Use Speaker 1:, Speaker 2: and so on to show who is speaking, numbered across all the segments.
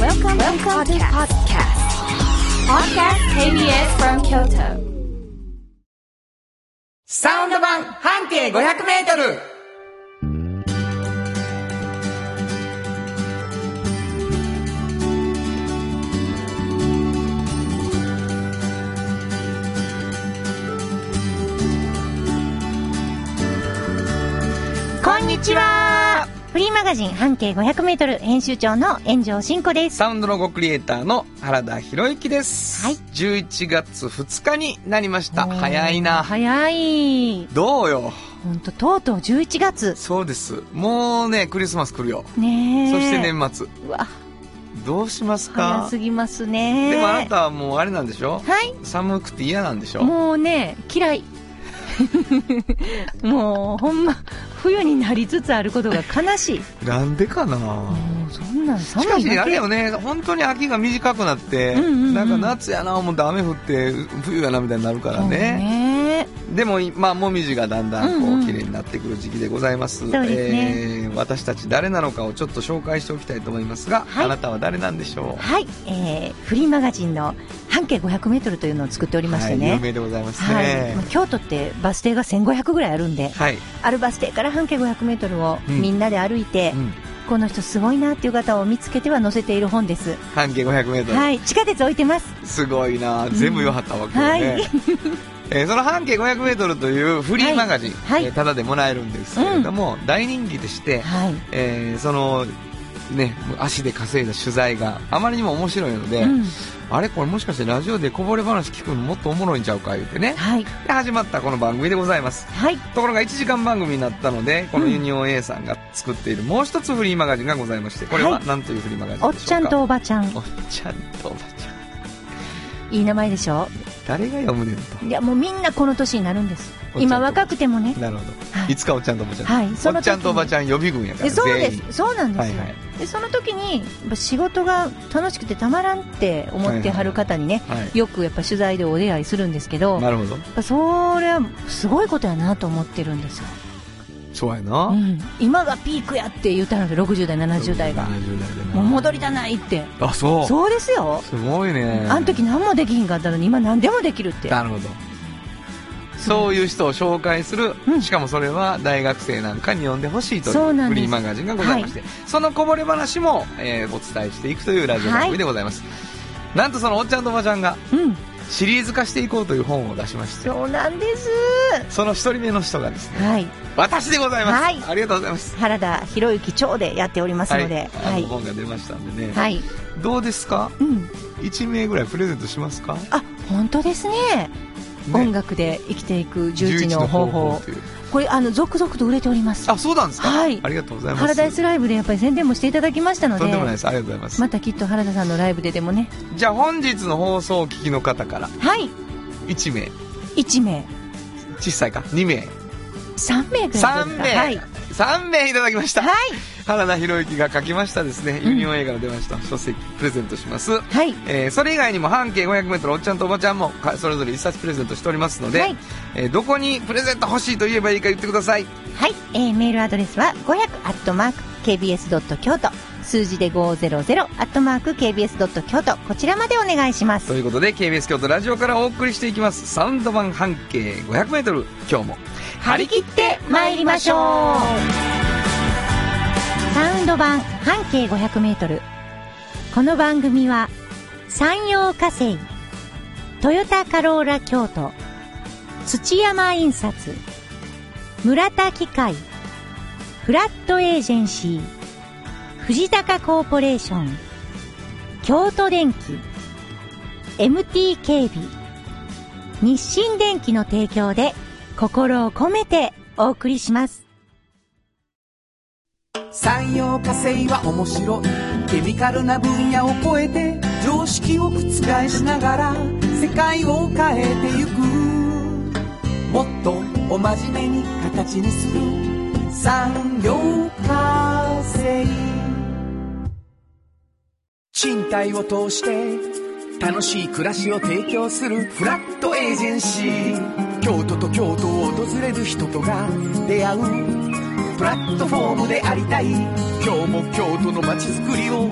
Speaker 1: Welcome, to the podcast. Podcast KBS from Kyoto.
Speaker 2: サウンド版半径500メートル
Speaker 3: こんにちはフリーマガジン半径 500m 編集長の炎上真子です。
Speaker 2: サウンドロゴクリエイターの原田博之です。
Speaker 3: はい
Speaker 2: 11月2日になりました。早いな。
Speaker 3: 早い。
Speaker 2: どうよ。
Speaker 3: ほんと、とうとう11月。
Speaker 2: そうです。もうね、クリスマス来るよ。
Speaker 3: ねえ。
Speaker 2: そして年末。
Speaker 3: うわ、
Speaker 2: どうします
Speaker 3: 早
Speaker 2: か
Speaker 3: すぎますね。
Speaker 2: でもあなたはもうあれなんでしょ
Speaker 3: はい。
Speaker 2: 寒くて嫌なんでしょ
Speaker 3: もうね、嫌い。 もう、ほんま、冬になりつつあることが悲しい。
Speaker 2: なんでかな
Speaker 3: もう、そんなん寒
Speaker 2: しか
Speaker 3: いだけ
Speaker 2: し、あれよね、本当に秋が短くなって、
Speaker 3: うんうんうん
Speaker 2: なんか夏やな思って雨降って、冬やなみたいになるか
Speaker 3: そ
Speaker 2: ら
Speaker 3: う
Speaker 2: ね。
Speaker 3: ね。
Speaker 2: でも今、もみじがだんだんこ
Speaker 3: うんう
Speaker 2: う、
Speaker 3: ん
Speaker 2: 綺麗になってくる時期でございます。
Speaker 3: そうですね
Speaker 2: えー私たち誰なのかをちょっと紹介しておきたいと思いますが、
Speaker 3: はい
Speaker 2: あなたは誰なんでしょう
Speaker 3: はい。えー、フリーマガジンの半径 500m というのを作っておりまして
Speaker 2: はい、有
Speaker 3: ね。
Speaker 2: 名でございます
Speaker 3: はい
Speaker 2: ね
Speaker 3: まあ。京都ってバス停が1500ぐらいあるんで、
Speaker 2: はい。
Speaker 3: あるバス停から半径500メートルを
Speaker 2: うん
Speaker 3: みんなで歩いて、
Speaker 2: うん
Speaker 3: この人すごいなっていう方を見つけては載せている本です。
Speaker 2: 半径500メートル。
Speaker 3: はい、地下鉄置いてます。
Speaker 2: すごいな
Speaker 3: うん
Speaker 2: 全部よはったわけよね、
Speaker 3: はい
Speaker 2: えーその半径 500m というフリーマガジン、
Speaker 3: はいはい
Speaker 2: えーただでもらえるんですけれども、大人気でして、
Speaker 3: はい。
Speaker 2: えーそのね足で稼いだ取材があまりにも面白いので、
Speaker 3: うん、
Speaker 2: あれこれもしかしてラジオでこぼれ話聞くのもっとおもろいんちゃうか言うてね
Speaker 3: はい、
Speaker 2: で始まったこの番組でございます
Speaker 3: はい、
Speaker 2: ところが1時間番組になったのでこの
Speaker 3: うん
Speaker 2: ユニオン A さんが作っているもう一つフリーマガジンがございましてこれは
Speaker 3: はい
Speaker 2: 何というフリーマガジ
Speaker 3: お
Speaker 2: ン
Speaker 3: っ
Speaker 2: でし
Speaker 3: ち
Speaker 2: ょ
Speaker 3: ゃ
Speaker 2: うんか
Speaker 3: とおばちゃん、
Speaker 2: おっちゃんとおばちゃん
Speaker 3: いい名前でしょ
Speaker 2: 誰が読むねんと
Speaker 3: いや、もうみんなこの年になるんです
Speaker 2: お。っちゃんと
Speaker 3: 今若くてもね。
Speaker 2: なるほど。
Speaker 3: はい
Speaker 2: いつかおっちゃんとおばちゃん。
Speaker 3: はいそ
Speaker 2: お
Speaker 3: の時に
Speaker 2: っちゃんとおばちゃん予備軍やから。
Speaker 3: でそうで
Speaker 2: 全員
Speaker 3: す、そうなんですよ。
Speaker 2: はいは
Speaker 3: でその時にやっぱ仕事が楽しくてたまらんって思ってはる方にね、
Speaker 2: はい。
Speaker 3: よくやっぱ取材でお出会いするんですけど、
Speaker 2: なるほど。
Speaker 3: やっぱそれはすごいことやなと思ってるんですよ、
Speaker 2: そうや
Speaker 3: う
Speaker 2: な。
Speaker 3: ん、今がピークやって言ったので60代70代が
Speaker 2: 70代でな
Speaker 3: もう戻りたないって
Speaker 2: あ、そう。
Speaker 3: そうですよ
Speaker 2: すごいね。
Speaker 3: あの時何もできひんかったのに今何でもできるって
Speaker 2: なるほど。そういう人を紹介する、
Speaker 3: うん
Speaker 2: しかもそれは大学生なんかに読んでほしいとい
Speaker 3: そう
Speaker 2: う
Speaker 3: なん
Speaker 2: フ
Speaker 3: です
Speaker 2: リーマガジンがございまして、そのこぼれ話も、えーお伝えしていくというラジオ番組でございます、なんとそのおっちゃんとおばちゃんが
Speaker 3: うん
Speaker 2: シリーズ化していこうという本を出しまして
Speaker 3: そうなんです
Speaker 2: その一人目の人がですね、
Speaker 3: はい
Speaker 2: 私でございます、
Speaker 3: はい
Speaker 2: ありがとうございます
Speaker 3: 原田博之長でやっておりますので
Speaker 2: はい、
Speaker 3: は
Speaker 2: あ
Speaker 3: い
Speaker 2: の本が出ましたんでね、
Speaker 3: はい、
Speaker 2: どうですか
Speaker 3: うん
Speaker 2: 1名ぐらいプレゼントしますか、ね
Speaker 3: あ本当ですね音楽で生きていく十字の方法
Speaker 2: という
Speaker 3: これあの続々と売れております
Speaker 2: あそうなんですか、
Speaker 3: はい
Speaker 2: ありがとうございます
Speaker 3: パラダイスライブでやっぱり宣伝もしていただきましたの
Speaker 2: と
Speaker 3: で
Speaker 2: んでもないですありがとうございます、
Speaker 3: またきっと原田さんのライブででもね
Speaker 2: じゃあ本日の放送をお聞きの方から
Speaker 3: はい
Speaker 2: 1名
Speaker 3: 1名
Speaker 2: 小さいか2名
Speaker 3: 3名ぐらい
Speaker 2: 3
Speaker 3: ですか
Speaker 2: 名、
Speaker 3: はい、
Speaker 2: 3名いただきました、
Speaker 3: はい
Speaker 2: 原田博之が書きましたですね、ユニオン映画の出ました書籍プレゼントします
Speaker 3: はい
Speaker 2: えーそれ以外にも半径 500m おっちゃんとおばちゃんもかそれぞれ一冊プレゼントしておりますので、
Speaker 3: はい
Speaker 2: えーどこにプレゼント欲しいと言えばいいか言ってください
Speaker 3: はい、えーメールアドレスは500 @kbs ドット京都数字で500 @kbs ドット京都こちらまでお願いしま
Speaker 2: と
Speaker 3: す。
Speaker 2: いうことで KBS 京都ラジオからお送りしていきますサウンド版半径 500m 今日も
Speaker 3: 張り切って参りましょうサウンド版半径500メートル。この番組は山陽火星、トヨタカローラ京都、土山印刷、村田機械、フラットエージェンシー、藤高コーポレーション、京都電機、MT 警備、日清電機の提供で心を込めてお送りします。
Speaker 4: 産業化成は面白いケミカルな分野を超えて常識を覆しながら世界を変えてゆくもっとお真面目に形にする産業化成賃貸を通して楽しい暮らしを提供するフラットエージェンシー京都と京都を訪れる人とが出会うプラットフォームでありたい今日も京都の街づくりを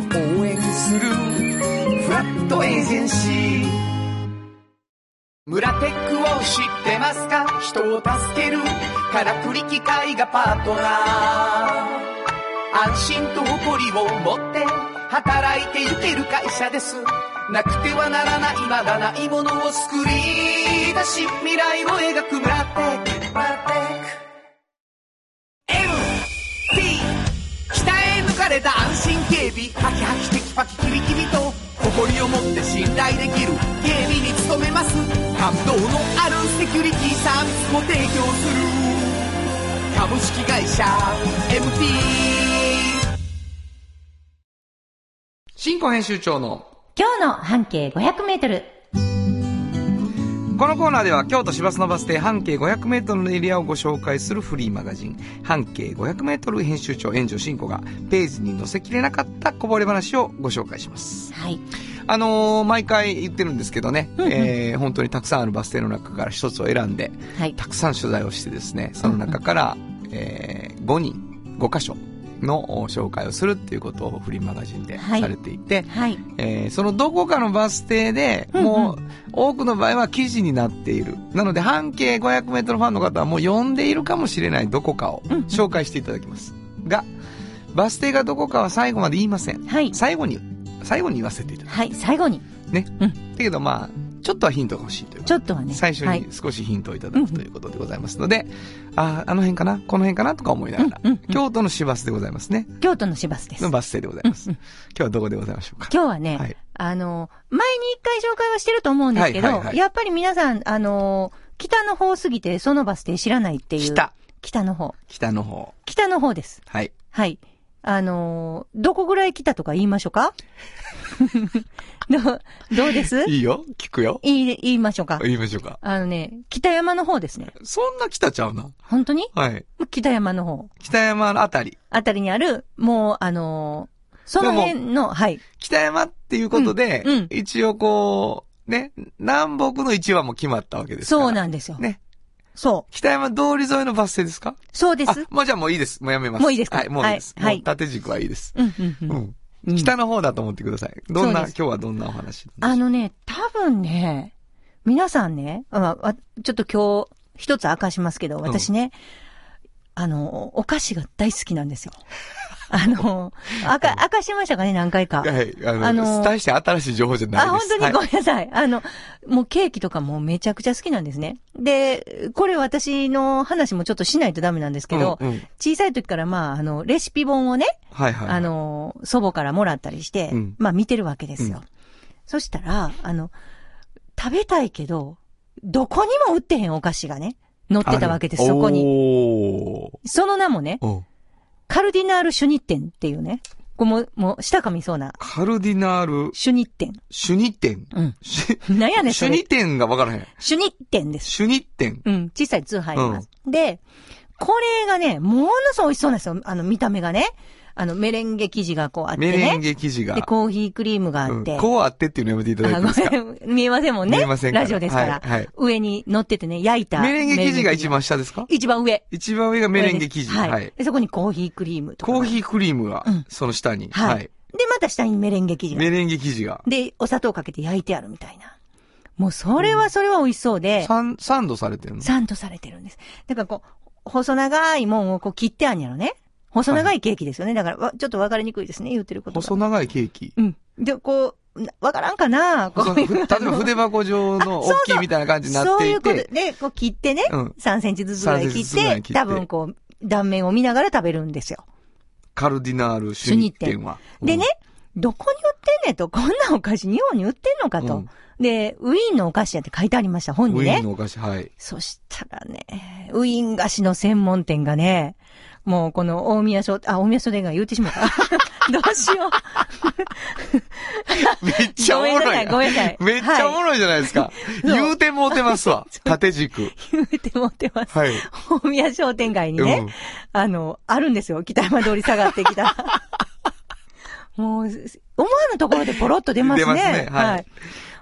Speaker 4: 応援するラットエージェンシームラテックを知ってますか人を助けるからくり機械がパートナー安心と誇りを持って働いていける会社ですなくてはならないまだないものを作り出し未来を描くムラテックムラテック MT 鍛え抜かれた安心警備ハキハキテキパキキビキビと誇りを持って信頼できる警備に努めます感動のあるセキュリティサービスも提供する株式会社 MT
Speaker 2: 新庫編集長の
Speaker 3: 今日の半径500メートル。
Speaker 2: このコーナーでは京都市バスのバス停半径 500m のエリアをご紹介するフリーマガジン半径 500m 編集長炎上真子がページに載せきれなかったこぼれ話をご紹介します。
Speaker 3: はい。
Speaker 2: あのー毎回言ってるんですけどね、
Speaker 3: うんうん
Speaker 2: えー本当にたくさんあるバス停の中から一つを選んで、
Speaker 3: はい。
Speaker 2: たくさん取材をしてですね、その中から、えー5人、5箇所のお紹介をするっていうことをフリーマガジンで
Speaker 3: はい
Speaker 2: されていて、
Speaker 3: はい。
Speaker 2: えーそのどこかのバス停で、
Speaker 3: うんうん
Speaker 2: もう、多くの場合は記事になっている。なので、半径500メートルファンの方はもう呼んでいるかもしれないどこかを
Speaker 3: うんうん
Speaker 2: 紹介していただきます。が、バス停がどこかは最後まで言いません。
Speaker 3: はい。
Speaker 2: 最後に、最後に言わせていただく。
Speaker 3: はい。最後に、
Speaker 2: だけど、まあ、ちょっとはヒントが欲しいということで
Speaker 3: ちょっとはね。
Speaker 2: 最初
Speaker 3: はい
Speaker 2: に。少しヒントをいただくということでございますので、あーあの辺かなこの辺かなとか思いな
Speaker 3: うん
Speaker 2: がら、
Speaker 3: うんうん。
Speaker 2: 京都の市バスでございますね。
Speaker 3: 京都の市バスです。
Speaker 2: の
Speaker 3: 今
Speaker 2: バス停でございます。今日はどこでございましょうか
Speaker 3: 日はね、
Speaker 2: はい
Speaker 3: あの、前に一回紹介はしてると思うんですけど、
Speaker 2: はいはいはい
Speaker 3: やっぱり皆さん、あの、北の方すぎて、そのバス停知らないっていう。
Speaker 2: 北。
Speaker 3: 北の方。
Speaker 2: 北の方。
Speaker 3: 北の方です。
Speaker 2: はい。
Speaker 3: はい。あのーどこぐらい来たとか言いましょう かどう、どうです
Speaker 2: いいよ聞くよ
Speaker 3: 言い、言いましょうか
Speaker 2: 言いましょうか。
Speaker 3: あのね、北山の方ですね。
Speaker 2: そんな北ちゃうな。
Speaker 3: 本当に
Speaker 2: はい。
Speaker 3: 北山の方。
Speaker 2: 北山のあたり。
Speaker 3: あたりにある、もう、あのーその辺の、はい。
Speaker 2: 北山っていうことで、
Speaker 3: うんうん
Speaker 2: 一応こう、ね、南北の一話も決まったわけですから。
Speaker 3: そうなんんですよ。
Speaker 2: ね。
Speaker 3: そ
Speaker 2: 北山通り沿いのバス停ですか
Speaker 3: う。そうで
Speaker 2: あ
Speaker 3: す。、
Speaker 2: もうじゃあもういいです。もうやめます。
Speaker 3: もういいですか
Speaker 2: はい、もういいです。
Speaker 3: はいはい
Speaker 2: もう縦軸はいいです。
Speaker 3: うん、うん、う
Speaker 2: うんん。
Speaker 3: うん。
Speaker 2: 北の方だと思ってください。どんな、
Speaker 3: そう
Speaker 2: 今
Speaker 3: です
Speaker 2: 日はどんなお話
Speaker 3: あのね、多分ね、皆さんね、ああちょっと今日、一つ明かしますけど、私ね、あの、お菓子が大好きなんですよ。 あの、あか、明かしましたかね、何回か。
Speaker 2: はい、あの、
Speaker 3: あのー
Speaker 2: 大して新しい情報じゃない
Speaker 3: あ、
Speaker 2: で
Speaker 3: 本
Speaker 2: す。
Speaker 3: 当にご
Speaker 2: はい
Speaker 3: めんなさい。あの、もうケーキとかもめちゃくちゃ好きなんですね。で、これ私の話もちょっとしないとダメなんですけど、
Speaker 2: うんうん
Speaker 3: 小さい時からまあ、あの、レシピ本をね、
Speaker 2: はいはい。
Speaker 3: あ、の、祖母からもらったりして、
Speaker 2: うん
Speaker 3: まあ見てるわけですよ。
Speaker 2: うん
Speaker 3: そしたら、あの、食べたいけど、どこにも売ってへんお菓子がね、載ってたわけです、そこに。
Speaker 2: に。
Speaker 3: その名もね、
Speaker 2: おーお
Speaker 3: カルディナール・シュニッテンっていうね、こうもう、もう、舌噛みそうな、
Speaker 2: カルディナール、
Speaker 3: シュニッテン。
Speaker 2: シュニテン。
Speaker 3: うん。
Speaker 2: シ
Speaker 3: なんやねん、
Speaker 2: シ
Speaker 3: そ
Speaker 2: ュ
Speaker 3: れ
Speaker 2: ニ。テンがわからへん。
Speaker 3: シュニッテンです。
Speaker 2: シュニテン。
Speaker 3: うん、小さい通入ります。で、これがね、ものすごい美味しそうなんですよ。あの、見た目がね。あの、メレンゲ生地がこうあって
Speaker 2: メレン
Speaker 3: ね。
Speaker 2: ゲ生地が。
Speaker 3: で、コーヒークリームがあって。
Speaker 2: うんこうあってっていうのやめていただいていいです
Speaker 3: あ
Speaker 2: か
Speaker 3: ごめん見えませんもんね。
Speaker 2: 見えませんから
Speaker 3: ラジオですから。
Speaker 2: はいはい
Speaker 3: 上に乗っててね、焼いた。
Speaker 2: メレンゲ生地が一。番下ですか
Speaker 3: 一番上。
Speaker 2: 一番上がメレンゲ生地。
Speaker 3: はい、
Speaker 2: はい。
Speaker 3: でそこにコーヒークリームとか。
Speaker 2: コーヒークリームが
Speaker 3: うん、
Speaker 2: その下に。
Speaker 3: はい。
Speaker 2: はい。
Speaker 3: で、また下にメレンゲ生地が。
Speaker 2: メレンゲ生地が。
Speaker 3: で、お砂糖かけて焼いてあるみたいな。もう、それはそれは美味しそうで、
Speaker 2: サン、サンドされてるの
Speaker 3: サンドされてるんです。だからこう、細長いもんをこう切ってあんやろね。細長いケーキですよね。だからわ、ちょっとわかりにくいですね、言ってることが。
Speaker 2: 細長いケーキ。
Speaker 3: うん。で、こう、なわからんかなこ
Speaker 2: そう
Speaker 3: う
Speaker 2: 例
Speaker 3: い
Speaker 2: え
Speaker 3: う。
Speaker 2: ば筆箱状の
Speaker 3: あそうそう
Speaker 2: 大きいみたいな感じになっ
Speaker 3: そう
Speaker 2: て
Speaker 3: いう
Speaker 2: い
Speaker 3: こと
Speaker 2: て、
Speaker 3: で、こう切ってね、
Speaker 2: うん
Speaker 3: 3センチずつぐらい切
Speaker 2: 3センチず
Speaker 3: っ
Speaker 2: つぐら
Speaker 3: て、
Speaker 2: い切って
Speaker 3: 多分こう、断面を見ながら食べるんですよ。
Speaker 2: カルディナール主任店は。
Speaker 3: でね、どこに売ってんねんと、こんなお菓子日本に売ってんのかと。
Speaker 2: うん
Speaker 3: で、ウィーンのお菓子やって書いてありました、
Speaker 2: う
Speaker 3: 本
Speaker 2: ん、
Speaker 3: に
Speaker 2: ウィー
Speaker 3: ね
Speaker 2: ン。のお菓子、はい。
Speaker 3: そしたらね、ウィーン菓子の専門店がね、もうこの大宮商、あ、大宮商店街言うてしまった。 どうしよう。
Speaker 2: めっちゃおもろいな。
Speaker 3: ごめんなさいごめ
Speaker 2: め
Speaker 3: ん
Speaker 2: っ
Speaker 3: なさい
Speaker 2: ちゃおもろいじゃないですか。
Speaker 3: そう
Speaker 2: 言うてもうてま すわ。縦軸。
Speaker 3: 言うて持ってます。
Speaker 2: はい。
Speaker 3: 大宮商店街に
Speaker 2: う
Speaker 3: ね、
Speaker 2: ん。
Speaker 3: あの、あるんですよ。北山通り下がってき たら。もう、思わぬところでポロッと出ますね。
Speaker 2: 出ますねはい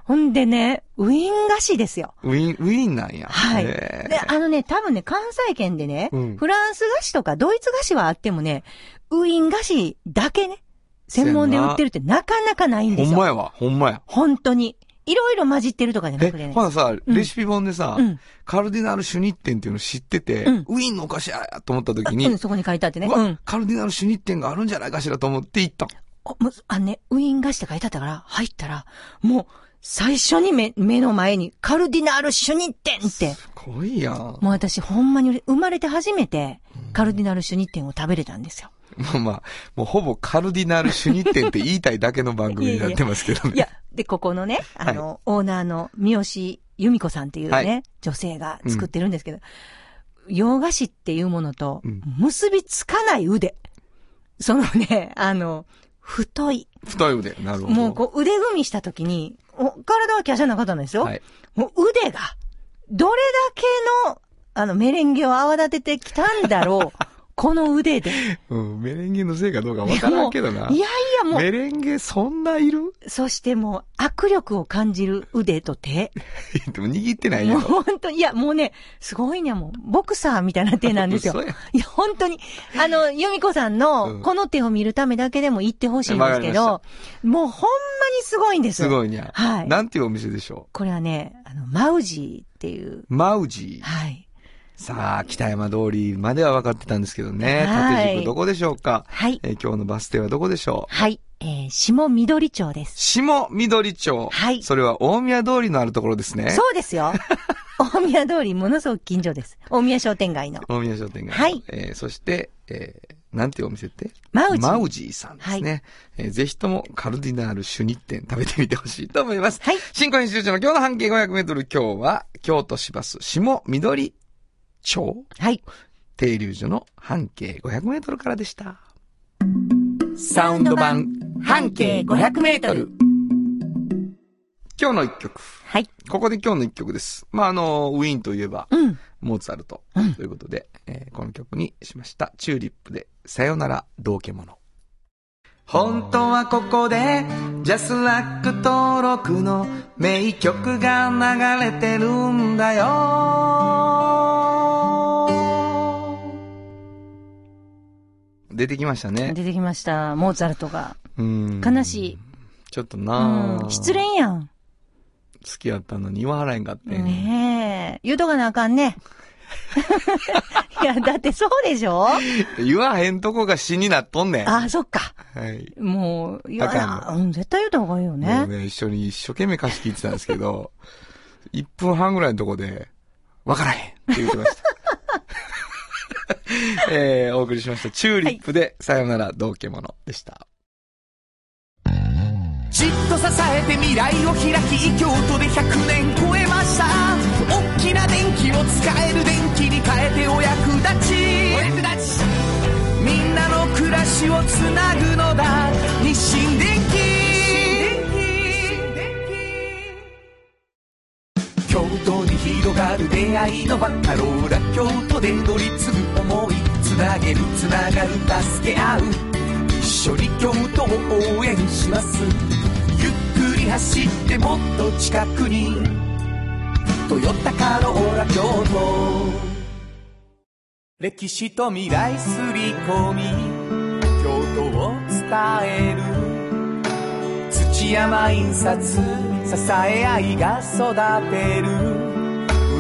Speaker 3: ほんでね、ウィーン菓子ですよ。
Speaker 2: ウィーン、ウィーンなんや。
Speaker 3: はい。
Speaker 2: へ
Speaker 3: で、あのね、多分ね、関西圏でね、
Speaker 2: うん
Speaker 3: フランス菓子とかドイツ菓子はあってもね、ウィーン菓子だけね、専門で売ってるってなかなかないん
Speaker 2: ほ
Speaker 3: です
Speaker 2: ん
Speaker 3: よ。
Speaker 2: まやわ、ほんまや。
Speaker 3: 本当に。いろいろ混じってるとかじゃな
Speaker 2: え
Speaker 3: くて、ね
Speaker 2: ほ。らさ、レシピ本でさ、
Speaker 3: うん
Speaker 2: カルディナル・シュニッテンっていうの知ってて、
Speaker 3: うん
Speaker 2: ウィーンのお菓子やと思った時に、
Speaker 3: うん、そこに書いてあってね。
Speaker 2: う
Speaker 3: う
Speaker 2: わ、
Speaker 3: ん。
Speaker 2: カルディナル・シュニッテンがあるんじゃないかしらと思って行ったの
Speaker 3: おもうあのね、ウィーン菓子って書いてあったから、入ったら、もう、最初に目、目の前に、カルディナール・シュニッテンって。
Speaker 2: すごいやん。
Speaker 3: もう私、ほんまに生まれて初めて、カルディナール・シュニッテンを食べれたんですよ。
Speaker 2: まあまあ、もうほぼカルディナル・シュニッテンって言いたいだけの番組になってますけどね。
Speaker 3: いや、で、ここのね、あの、オーナーの三好由美子さんっていうね、
Speaker 2: はい
Speaker 3: 女性が作ってるんですけど、洋菓子っていうものと
Speaker 2: うん、
Speaker 3: 結びつかない腕。そのね、あの、太い。
Speaker 2: 太い腕。なるほど。
Speaker 3: もうこう腕組みした時に、お体は華奢な方なんですよ。
Speaker 2: はい。
Speaker 3: もう腕が、どれだけの、あの、メレンゲを泡立ててきたんだろ う。この腕で。
Speaker 2: うん、メレンゲのせいかどうかわからんけどな。
Speaker 3: いやいやもう、
Speaker 2: メレンゲそんないる
Speaker 3: そしてもう、握力を感じる腕と手。
Speaker 2: でも握ってない
Speaker 3: も
Speaker 2: や
Speaker 3: う
Speaker 2: ろ。
Speaker 3: 本当に、いや、もうね、すごいね、もう、ボクサーみたいな手なんですよ
Speaker 2: 嘘。や
Speaker 3: いや、本当に、あの、由美子さん
Speaker 2: うん
Speaker 3: の、この手を見るためだけでも行ってほしいんですけ
Speaker 2: わ
Speaker 3: ど、もうほんまにすごいんです
Speaker 2: す
Speaker 3: よ。
Speaker 2: ごいにゃ。
Speaker 3: はい
Speaker 2: なんていうお店でしょ
Speaker 3: これはね、あの、マウジーっていう、
Speaker 2: う。マウジー。
Speaker 3: はい。
Speaker 2: さあ、北山通りまでは分かってたんですけどね。
Speaker 3: はい
Speaker 2: 縦軸どこでしょうか、
Speaker 3: はい。
Speaker 2: えー今日のバス停はどこでしょう
Speaker 3: はい。えー、下緑町です。
Speaker 2: 下緑町。
Speaker 3: はい
Speaker 2: それは大宮通りのあるところですね。
Speaker 3: そうですよ。大宮通り、ものすごく近所です。大宮商店街の。
Speaker 2: 大宮商店街。
Speaker 3: はい
Speaker 2: えーそして、えーなんていうお店って
Speaker 3: マウジー
Speaker 2: マウジーさんですね。えーぜひともカルディナールシュニッテン食べてみてほしいと思います。
Speaker 3: はい
Speaker 2: 新婚編集長の今日の半径500メートル、今日は京都市バス下緑町
Speaker 3: はい。
Speaker 2: 停留所の半径500メートルからでした。
Speaker 4: サウンド版半径500メートル。
Speaker 2: 今日の一曲。
Speaker 3: はい。
Speaker 2: ここで今日の一曲です。まあ、あの、ウィーンといえば、
Speaker 3: うん。
Speaker 2: モーツァルト。ということで、えーこの曲にしました。チューリップで、さよなら、道化者。本当はここで、ジャスラック登録の名曲が流れてるんだよ。出てきましたね。
Speaker 3: 出てきました。モーツァルトが。
Speaker 2: うん
Speaker 3: 悲しい。
Speaker 2: ちょっと
Speaker 3: う
Speaker 2: なあ
Speaker 3: ん。失恋やん。
Speaker 2: 好きやったのに言わはらへんかって。
Speaker 3: ねえ。言うとかなあかんね。いや、だってそうでしょ
Speaker 2: 言わへんとこが死になっとんねん。
Speaker 3: あ、そっか。
Speaker 2: はい。
Speaker 3: もう、言わ
Speaker 2: あ
Speaker 3: な。
Speaker 2: か
Speaker 3: うん、絶対言うた方がいいよ
Speaker 2: もう
Speaker 3: ね。
Speaker 2: ね、一緒に一生懸命歌詞聞いてたんですけど、1分半ぐらいのとこで、わからへんって言ってま した。えー、お送りしました。チューリップで、さよなら、道化者でした。
Speaker 4: じっと支えて未来を開き京都で100年超えました大きな電気を使える電気に変えてお役立ちお役立ちみんなの暮らしをつなぐのだ日清電気京都に広がる出会いのバカローラ京都で乗り継ぐ思いつなげるつながる助け合う一緒に京都を応援しますゆっくり走ってもっと近くに「トヨタカローラ京都」歴史と未来すり込み京都を伝える土山印刷支え合いが育てる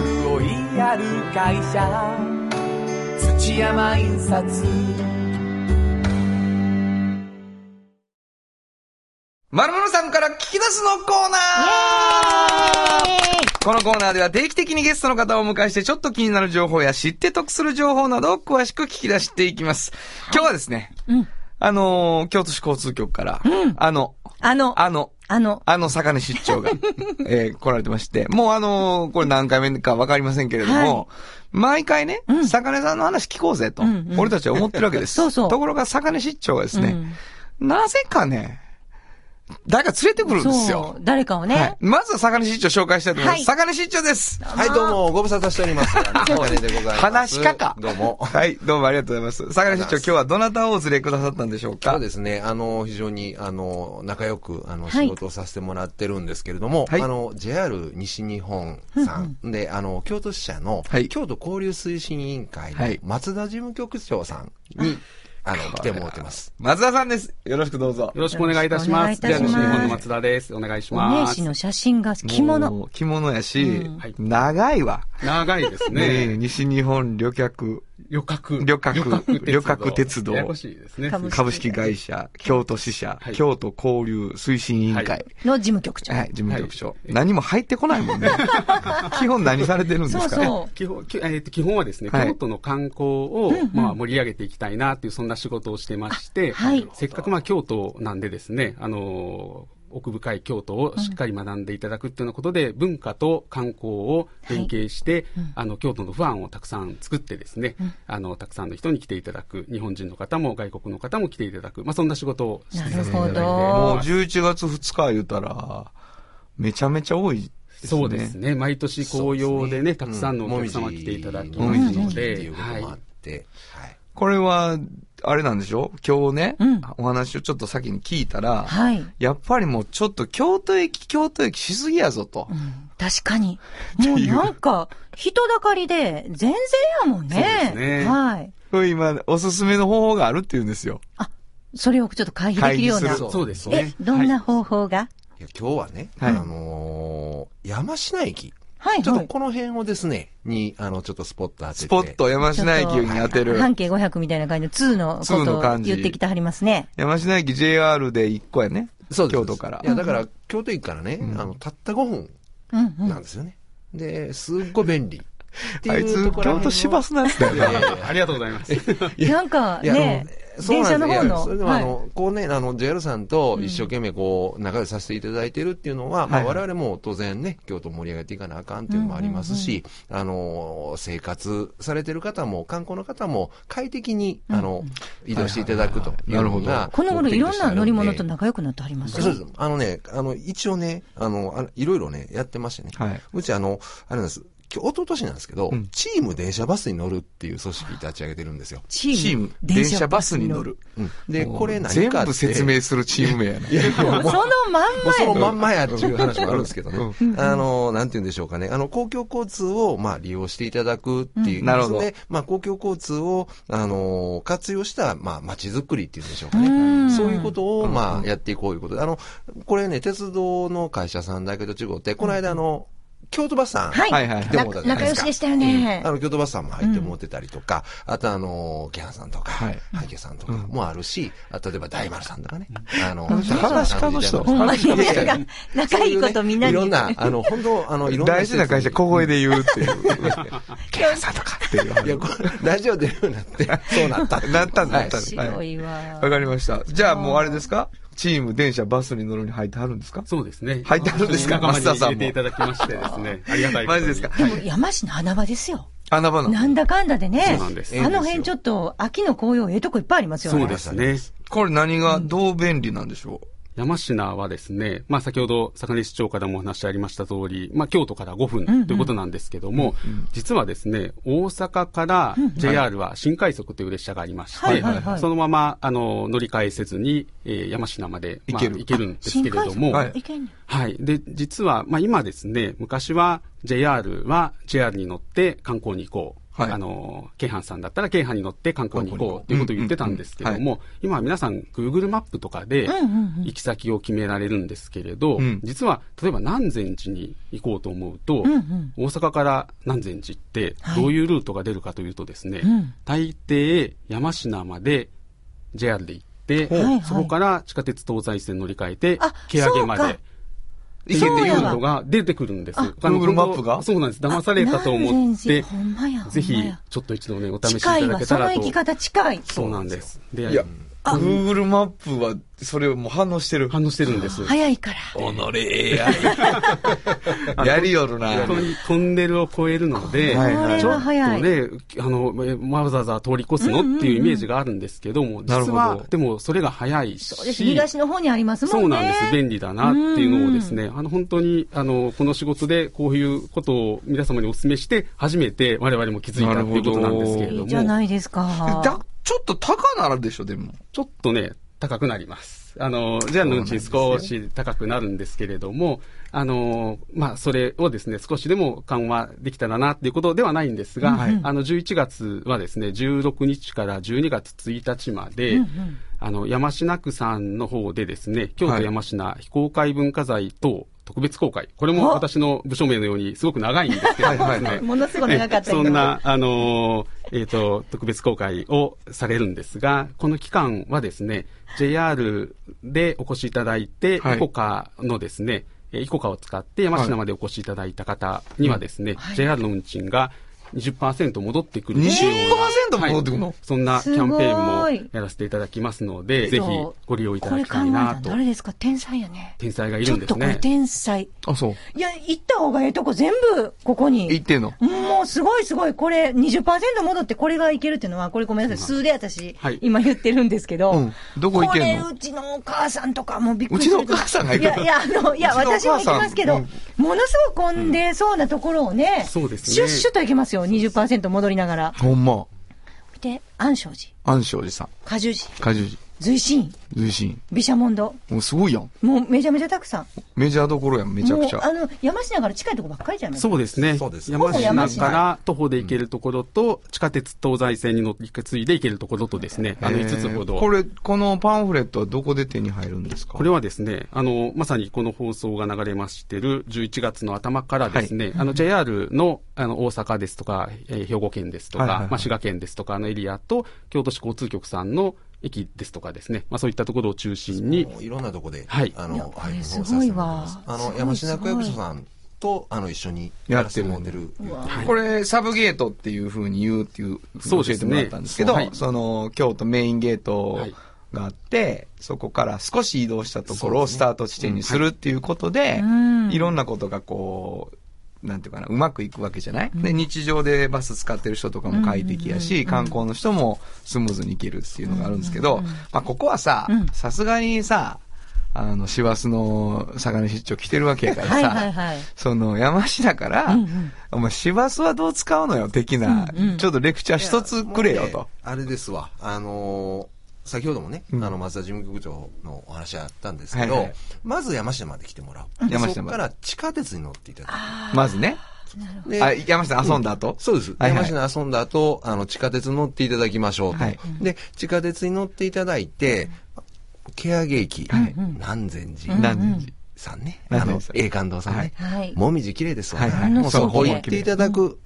Speaker 4: 潤いある会社土山印刷
Speaker 2: まるまるさんから聞き出すのコーナーこのコーナーでは定期的にゲストの方をお迎えしてちょっと気になる情報や知って得する情報などを詳しく聞き出していきます。今日はですね、
Speaker 3: うん
Speaker 2: あのー京都市交通局から、あの、
Speaker 3: あの、
Speaker 2: あの、
Speaker 3: あの、
Speaker 2: あの坂根出 張が、 えー来られてまして、もうあのーこれ何回目かわかりませんけれども、毎回ね、坂根さんの話聞こうぜと、
Speaker 3: うんうん
Speaker 2: 俺たちは思ってるわけで す。
Speaker 3: そうそう
Speaker 2: ところが坂根出張がですね、なぜかね、誰か連れてくるんです
Speaker 3: そ
Speaker 2: よ
Speaker 3: う。、誰かを
Speaker 2: はい
Speaker 3: ね。。
Speaker 2: まずは坂根出張紹介したいと思います。
Speaker 3: はい
Speaker 2: 坂根出張です。
Speaker 5: はい、どうも、ご無沙汰しており ます。高根でございます。
Speaker 2: 話し家か。
Speaker 5: どうも。
Speaker 2: はい、どうもありがとうございます。坂根出張、今日はどなたをお連れくださったんでしょうか
Speaker 5: そうですね、あの、非常に、あの、仲良く、あの、
Speaker 3: はい
Speaker 5: 仕事をさせてもらってるんですけれども、
Speaker 2: はい
Speaker 5: あの、JR 西日本さん、で、あの、京都支社の、
Speaker 2: はい
Speaker 5: 京都交流推進委員会
Speaker 2: はい
Speaker 5: の松田事務局長さんに、あの、来てもらってます。
Speaker 2: 松田さんです。よろしくどうぞ。
Speaker 6: よろしくお願いいたしま
Speaker 3: よろし
Speaker 6: す。
Speaker 3: くお願いいたしま
Speaker 6: じ
Speaker 3: す
Speaker 6: ゃあ西日本の松田です。お願いし
Speaker 3: お
Speaker 6: ま
Speaker 3: 名
Speaker 6: す
Speaker 3: 刺。の写真が着物。
Speaker 2: もう。着物やし、
Speaker 6: はい
Speaker 2: 長いわ。
Speaker 6: 長いです
Speaker 2: ねえ、
Speaker 6: ね。
Speaker 2: 西日本旅客
Speaker 6: 旅客。
Speaker 2: 旅客
Speaker 6: 鉄道
Speaker 2: 旅客鉄道
Speaker 6: ややこしいですね。
Speaker 3: 株
Speaker 2: 株式会社京都支社、
Speaker 6: はい
Speaker 2: 京都交流推進委員会。
Speaker 6: は
Speaker 2: はいい
Speaker 3: の事務局長。
Speaker 2: 事務局長、
Speaker 6: はい
Speaker 2: 何も入ってこないもんね。 基本何されてるんです
Speaker 3: そう
Speaker 2: か
Speaker 3: そ
Speaker 6: 基本、きえーと基本はですね、
Speaker 2: はい
Speaker 6: 京都の観光を、まあ、盛り上げていきたいなっていう、そんな仕事をしてまして、
Speaker 3: はい
Speaker 6: せっかくまあ、京都なんでですね、あのー奥深い京都をしっかり学んでいただくっていうようなことで、文化と観光を連携して、あの、京都の不安をたくさん作ってですね、あの、たくさんの人に来ていただく、日本人の方も外国の方も来ていただく、まあ、そんな仕事をしていただいて
Speaker 3: なるほど
Speaker 2: もう
Speaker 6: ます
Speaker 2: 11月2日言うたら、めちゃめちゃ多いですね。
Speaker 6: そうですね。毎年紅葉でね、たくさんのお
Speaker 5: も
Speaker 6: 客
Speaker 5: みじ
Speaker 6: 様来ていただき
Speaker 5: も
Speaker 6: ま
Speaker 5: み
Speaker 6: す
Speaker 5: じの
Speaker 6: の
Speaker 5: 木って
Speaker 6: で、
Speaker 5: いうこともあ
Speaker 6: は
Speaker 5: っ
Speaker 6: い
Speaker 5: て、はい。
Speaker 2: これは、あれなんでしょ今日ね、
Speaker 3: うん
Speaker 2: お話をちょっと先に聞いたら、
Speaker 3: はい。
Speaker 2: やっぱりもうちょっと京都駅、京都駅しすぎやぞと。
Speaker 3: 確かに。もうなんか、人だかりで、全然やもんね。
Speaker 6: そうですね
Speaker 3: はい。
Speaker 2: これ今、おすすめの方法があるって言うんですよ。
Speaker 3: それをちょっと回避できるよう
Speaker 2: 回避
Speaker 3: な。
Speaker 2: する
Speaker 6: そうです
Speaker 3: え
Speaker 6: ね、。
Speaker 3: どんな方法が
Speaker 5: いや今日はね、
Speaker 2: はい
Speaker 5: あのー山科駅。
Speaker 3: はい、
Speaker 5: ちょっ
Speaker 3: は
Speaker 5: と
Speaker 3: い。
Speaker 5: この辺をですね、に、あの、ちょっとスポット当てて。
Speaker 2: スポット、山科駅に当てる。
Speaker 3: 半径500みたいな感じの2のこ
Speaker 2: 2
Speaker 3: と
Speaker 2: の
Speaker 3: を
Speaker 2: 感じ
Speaker 3: 言ってきてはりますね。
Speaker 2: 山科駅 JR で1個やね。
Speaker 5: そうです。
Speaker 2: 京都から
Speaker 5: い。や、だから、京都駅からね、あの、たった5分
Speaker 3: うんうん。
Speaker 5: なんですよね。で、すっごい便利。って
Speaker 2: あい
Speaker 5: い
Speaker 2: うつ
Speaker 5: と、ころ
Speaker 2: 京都市バスなんですね。
Speaker 5: いやいやいや
Speaker 6: ありがとうございます。
Speaker 3: なんか
Speaker 5: いや、
Speaker 3: ね、
Speaker 5: あそう
Speaker 3: 電
Speaker 5: な
Speaker 3: 車の方
Speaker 5: んですいや
Speaker 3: の。
Speaker 5: それでもあの、こうね、あの、JR さんと一生懸命こう、仲良くさせていただいてるっていうのは、ま
Speaker 2: は
Speaker 5: あ
Speaker 2: い
Speaker 5: 我々も当然ね、京都盛り上げていかなあかんっていうのもありますし、あの、生活されてる方も、観光の方も、快適に、あの、移動していただくというのが、
Speaker 3: この頃いろんな乗り物
Speaker 5: 目的
Speaker 3: と
Speaker 5: してあるんで
Speaker 3: 仲良くなってはります
Speaker 5: そうです。あのね、あの、一応ね、あの、あのいろいろね、やってましてね。
Speaker 2: はい。
Speaker 5: うちあの、あれなんです。今日、一昨年なんですけど、
Speaker 2: うん
Speaker 5: チーム電車バスに乗るっていう組織立ち上げてるんですよ。
Speaker 3: チ
Speaker 2: チーム、電車バスに乗。る。
Speaker 5: うんで、
Speaker 2: もう
Speaker 5: これ何
Speaker 2: 全
Speaker 5: かって
Speaker 2: 部説明するチーム名やな。
Speaker 5: いやいやもう
Speaker 3: そのま
Speaker 5: もうんその
Speaker 3: まや。
Speaker 5: まんまやっていう話もあるんですけどね。
Speaker 2: うん
Speaker 5: あの、なんて言うんでしょうかね。あの、公共交通を、まあ、利用していただくっていう。
Speaker 2: うんなるほど
Speaker 5: で、まあ、公共交通を、あの、活用した、まあ、街づくりっていうんでしょうかね。
Speaker 3: うん
Speaker 5: そういうことを、まあ、やっていこういうことで。あの、これね、鉄道の会社さんだけと違って、この間、あの、京都バスさん。
Speaker 3: はい。
Speaker 2: はいはい
Speaker 5: でもだ
Speaker 3: な
Speaker 5: じゃ
Speaker 3: 仲
Speaker 5: ない
Speaker 3: 良
Speaker 5: です
Speaker 3: し
Speaker 5: か
Speaker 3: でしたよね
Speaker 5: うんあ。の、京都バスさんも入って持ってたりとか、あとあの、キャンさんとか、
Speaker 2: はい
Speaker 5: ハイケさんとかもあるし、あ例えば大丸さんとかね。あの、
Speaker 2: 話し家の人
Speaker 3: ほんま
Speaker 2: 話し
Speaker 3: に
Speaker 2: 家の人
Speaker 3: なんか、仲いいことみんなに
Speaker 5: いろ
Speaker 3: 言っ
Speaker 5: ん
Speaker 3: て。
Speaker 5: な、あの、本当あの、いろんな。
Speaker 2: 大事な会社、小声で言うっていう。
Speaker 5: ケンさんとかっていう。いや、これ、ラジオ出るようにな って、そうな った。
Speaker 2: なったんだ、な
Speaker 5: は
Speaker 2: っ
Speaker 5: い
Speaker 2: たんだ。
Speaker 3: 白
Speaker 2: はいい。
Speaker 3: わ
Speaker 2: わ。かりました。じゃあもうあれですかチーム、電車、バスに乗るに入ってはるんですか
Speaker 6: そうですね。
Speaker 2: 入ってあるんで すか
Speaker 6: 仲間に
Speaker 2: 増田さんも
Speaker 6: 入れていただきましてですね。ありがたいこと
Speaker 2: マ
Speaker 6: に
Speaker 2: ジです
Speaker 3: で
Speaker 2: か
Speaker 3: も山市の穴場ですよ。
Speaker 2: 穴場の。
Speaker 3: なんだかんだでね。
Speaker 6: そうなんです
Speaker 3: あの辺ちょっと秋の紅葉ええとこいっぱいありますよね。
Speaker 6: そうですね。
Speaker 2: これ何が、どう便利なんでしょ
Speaker 6: 山科はですね、まあ先ほど坂根市長からもお話ありました通り、まあ京都から5分ということなんですけども、実はですね、大阪から JR は新快速という列車がありまして、
Speaker 3: はいはいはい
Speaker 6: そのままあの乗り換えせずに、えー山科まで、まあ
Speaker 2: 行ける
Speaker 6: 行けるんですけれど
Speaker 3: 新
Speaker 6: も、
Speaker 3: 快
Speaker 2: は
Speaker 3: 速
Speaker 2: い
Speaker 3: いけんね
Speaker 6: はい。で、実は、まあ今ですね、昔は JR は JR に乗って観光に行こう。
Speaker 2: はい
Speaker 6: あの、京阪さんだったら京阪に乗って観光に行こうということを言ってたんですけど
Speaker 2: うんうん
Speaker 6: も、今は皆さん Google マップとかで行き先を決められるんですけれど
Speaker 2: うん、
Speaker 6: 実は例えば南禅寺に行こうと思うと
Speaker 3: んうん、
Speaker 6: 大阪から南禅寺ってどういうルートが出るかというとですね
Speaker 3: ん、
Speaker 6: 大抵山科まで JR で行って
Speaker 3: いはい、
Speaker 6: そこから地下鉄東西線乗り換えて
Speaker 3: あ、
Speaker 6: 毛上げま
Speaker 3: そう
Speaker 6: で
Speaker 3: か。
Speaker 6: 行けているのが出てくるんですよ。
Speaker 2: あ Google マップが
Speaker 6: そうなんです。騙されたと思っ
Speaker 3: 南禅
Speaker 6: て
Speaker 3: 寺ほんまやほんまや、
Speaker 6: ぜひ、ちょっと一度ね、お試しい
Speaker 3: 近
Speaker 6: た
Speaker 3: い
Speaker 6: だ
Speaker 3: わ、
Speaker 6: け
Speaker 3: そ
Speaker 6: た
Speaker 3: の
Speaker 6: ら
Speaker 3: 行
Speaker 6: と
Speaker 3: き。方近い。
Speaker 6: そうなんです。
Speaker 2: う
Speaker 6: で
Speaker 2: いや、Google マップは、それをもう反応してる。
Speaker 6: 反応してるんです。
Speaker 3: 早いから。
Speaker 2: おのれ、AI。やりよるな。
Speaker 6: 本当にトンネルを越えるので、
Speaker 2: はい
Speaker 3: これ
Speaker 6: ちょ
Speaker 3: は
Speaker 6: っと
Speaker 3: 早い。
Speaker 6: ね、あの、えわざわざ通り越すのっていうイメージがあるんですけども、
Speaker 2: なる
Speaker 6: 実
Speaker 2: ほど
Speaker 6: は、でもそれが早いし、
Speaker 3: そうです東の方にありますもんね。
Speaker 6: そうなんです。便利だなっていうのをですね、あの本当に、あの、この仕事でこういうことを皆様にお勧めして、初めて我々も気づいたっていうことなんですけれ
Speaker 3: い
Speaker 6: ど
Speaker 3: いじゃな
Speaker 6: も、
Speaker 3: いですか。
Speaker 2: だちょっと高ならでしょ、でも。
Speaker 6: ちょっとね、高くなります。 。あの、ジャンの運賃少し高くなるんですけれども、あの、まあ、それをですね、少しでも緩和できたらなっていうことではないんですが、あの、11月はですね、16日から12月1日まで、あの、山科区さんの方でですね、京都山科非公開文化財等特別公開。これも私の部署名のようにすごく長いんですけどですね。
Speaker 3: ものすごい長かった
Speaker 6: そんな、あのー、えっ、と、特別公開をされるんですが、この期間はですね、JR でお越しいただいて、イ
Speaker 2: はい
Speaker 6: コカのですね、えーイコカを使って山科までお越しいただいた方にはですね、JR の運賃が20%戻ってくるっていうような
Speaker 2: 20%戻ってくるの
Speaker 6: はいそんなキャンペー
Speaker 3: す
Speaker 6: ン
Speaker 3: ご
Speaker 6: も
Speaker 3: い
Speaker 6: やらせていただきますので、
Speaker 3: そ
Speaker 6: ぜ
Speaker 3: う
Speaker 6: ひご利用いた
Speaker 3: こ
Speaker 6: だ
Speaker 3: れ
Speaker 6: き
Speaker 3: 考
Speaker 6: たい
Speaker 3: え
Speaker 6: な
Speaker 3: た
Speaker 6: と
Speaker 3: の。誰ですか天才やね。
Speaker 6: 天才がい
Speaker 3: ち
Speaker 6: る
Speaker 3: ょ
Speaker 6: ん
Speaker 3: っ
Speaker 6: で
Speaker 3: と
Speaker 6: す
Speaker 3: これ
Speaker 6: ね。
Speaker 3: 天才。
Speaker 2: あ、そう。
Speaker 3: いや、行った方がええとこ全部ここに。
Speaker 2: 言ってんの。
Speaker 3: もうすごいすごい、これ20%戻ってこれがいけるっていうのは、これごめんなさい、数で私、
Speaker 6: はい
Speaker 3: 今言ってるんですけど、
Speaker 2: うんどこ行けんの
Speaker 3: これうちのお母さんとかもびっくりする。
Speaker 2: うちのお母さんが行く
Speaker 3: いや、いや、あの、いや、
Speaker 2: う
Speaker 3: 私
Speaker 2: ちのお
Speaker 3: も行
Speaker 2: 母
Speaker 3: き
Speaker 2: さん
Speaker 3: ますけど、
Speaker 2: うん
Speaker 3: ものすごく混んでそうなところをね、
Speaker 6: そうですね
Speaker 3: シュッシュッと行けますよ、20%戻りながら。
Speaker 2: ほんま。
Speaker 3: 見て、安昌寺、
Speaker 2: 安昌寺さん。
Speaker 3: 果樹寺、
Speaker 2: 果樹寺。
Speaker 3: 随心
Speaker 2: 随神。
Speaker 3: 毘沙門堂、
Speaker 2: もうすごいやん。
Speaker 3: もうめちゃめちゃたくさん。
Speaker 2: メジャーどころやん、めちゃくち
Speaker 3: もうあ
Speaker 2: ゃ。
Speaker 3: の、山科から近いとこばっかりじゃない
Speaker 6: そうですね。
Speaker 5: そうですね
Speaker 6: 山
Speaker 3: ほぼ山
Speaker 6: 科
Speaker 3: 科
Speaker 6: から徒歩で行けるところと、地下鉄東西線に乗り継いで行けるところとですね、あの
Speaker 2: えー
Speaker 6: 5つほど。
Speaker 2: これ、このパンフレットはどこで手に入るんですか
Speaker 6: これはですね、あの、まさにこの放送が流れましてる11月の頭からですね、あの、JR の、あの、大阪ですとか、えー兵庫県ですとか、
Speaker 2: はいはいはい
Speaker 6: まあ、滋賀県ですとかのエリアと、京都市交通局さんの駅ですとかですね、まあ、そういったところを中心に
Speaker 5: も、ういろんなとこで、
Speaker 6: はい
Speaker 5: あ
Speaker 3: いやこれ
Speaker 5: は
Speaker 3: すごいわ
Speaker 5: あ
Speaker 3: す
Speaker 5: の
Speaker 3: ご、い
Speaker 5: 山科区役所さんと、あの、一緒
Speaker 2: やっ
Speaker 5: に
Speaker 2: てる
Speaker 5: やらせてもらってる。
Speaker 2: これ、サブゲートっていう風に言うっていう、
Speaker 6: そ
Speaker 2: 教
Speaker 6: うで
Speaker 2: え
Speaker 6: す
Speaker 2: て
Speaker 6: ね
Speaker 2: もらったんですけど、そ,、
Speaker 6: はい
Speaker 2: の、京都メインゲート
Speaker 6: はい
Speaker 2: があって、そこから少し移動したところをスタート地点にするっていうことで、いろんなことがこう、なんていうかな、うまくいくわけじゃない、で、日常でバス使ってる人とかも快適やし、観光の人もスムーズに行けるっていうのがあるんですけど、まあ、ここはさ、さすがにさ、あの、師走の魚出張来てるわけやからさ、
Speaker 3: はいはいはい。
Speaker 2: その山科から、お前、市バスはどう使うのよ、的な、ちょっとレクチャー一つくれよ
Speaker 5: いやもう
Speaker 2: と
Speaker 5: ね。あれですわ。あのー先ほどもね、
Speaker 2: うん
Speaker 5: あの、松田事務局長のお話あったんですけど、
Speaker 2: はいはい
Speaker 5: まず山下まで来てもらう。
Speaker 2: 山下まで
Speaker 5: そこから地下鉄に乗っていただ
Speaker 2: まずね。
Speaker 5: く。で
Speaker 2: あ、山下遊んだ後、
Speaker 5: そうです。
Speaker 2: はいはい
Speaker 5: 山科遊んだ後、あの、地下鉄に乗っていただきましょうと。
Speaker 2: はい
Speaker 5: で、地下鉄に乗っていただいて、ケア駅、南禅寺。
Speaker 2: 南禅寺
Speaker 5: さんね。
Speaker 2: 南禅
Speaker 5: あ
Speaker 2: 寺
Speaker 5: の
Speaker 2: さ、ん
Speaker 5: 栄冠堂さんね。
Speaker 3: はい。
Speaker 5: もみじ綺麗ですわ、ね
Speaker 2: はいはい
Speaker 5: もうそ
Speaker 2: そう
Speaker 5: こ
Speaker 2: 綺麗
Speaker 5: 行っていただく。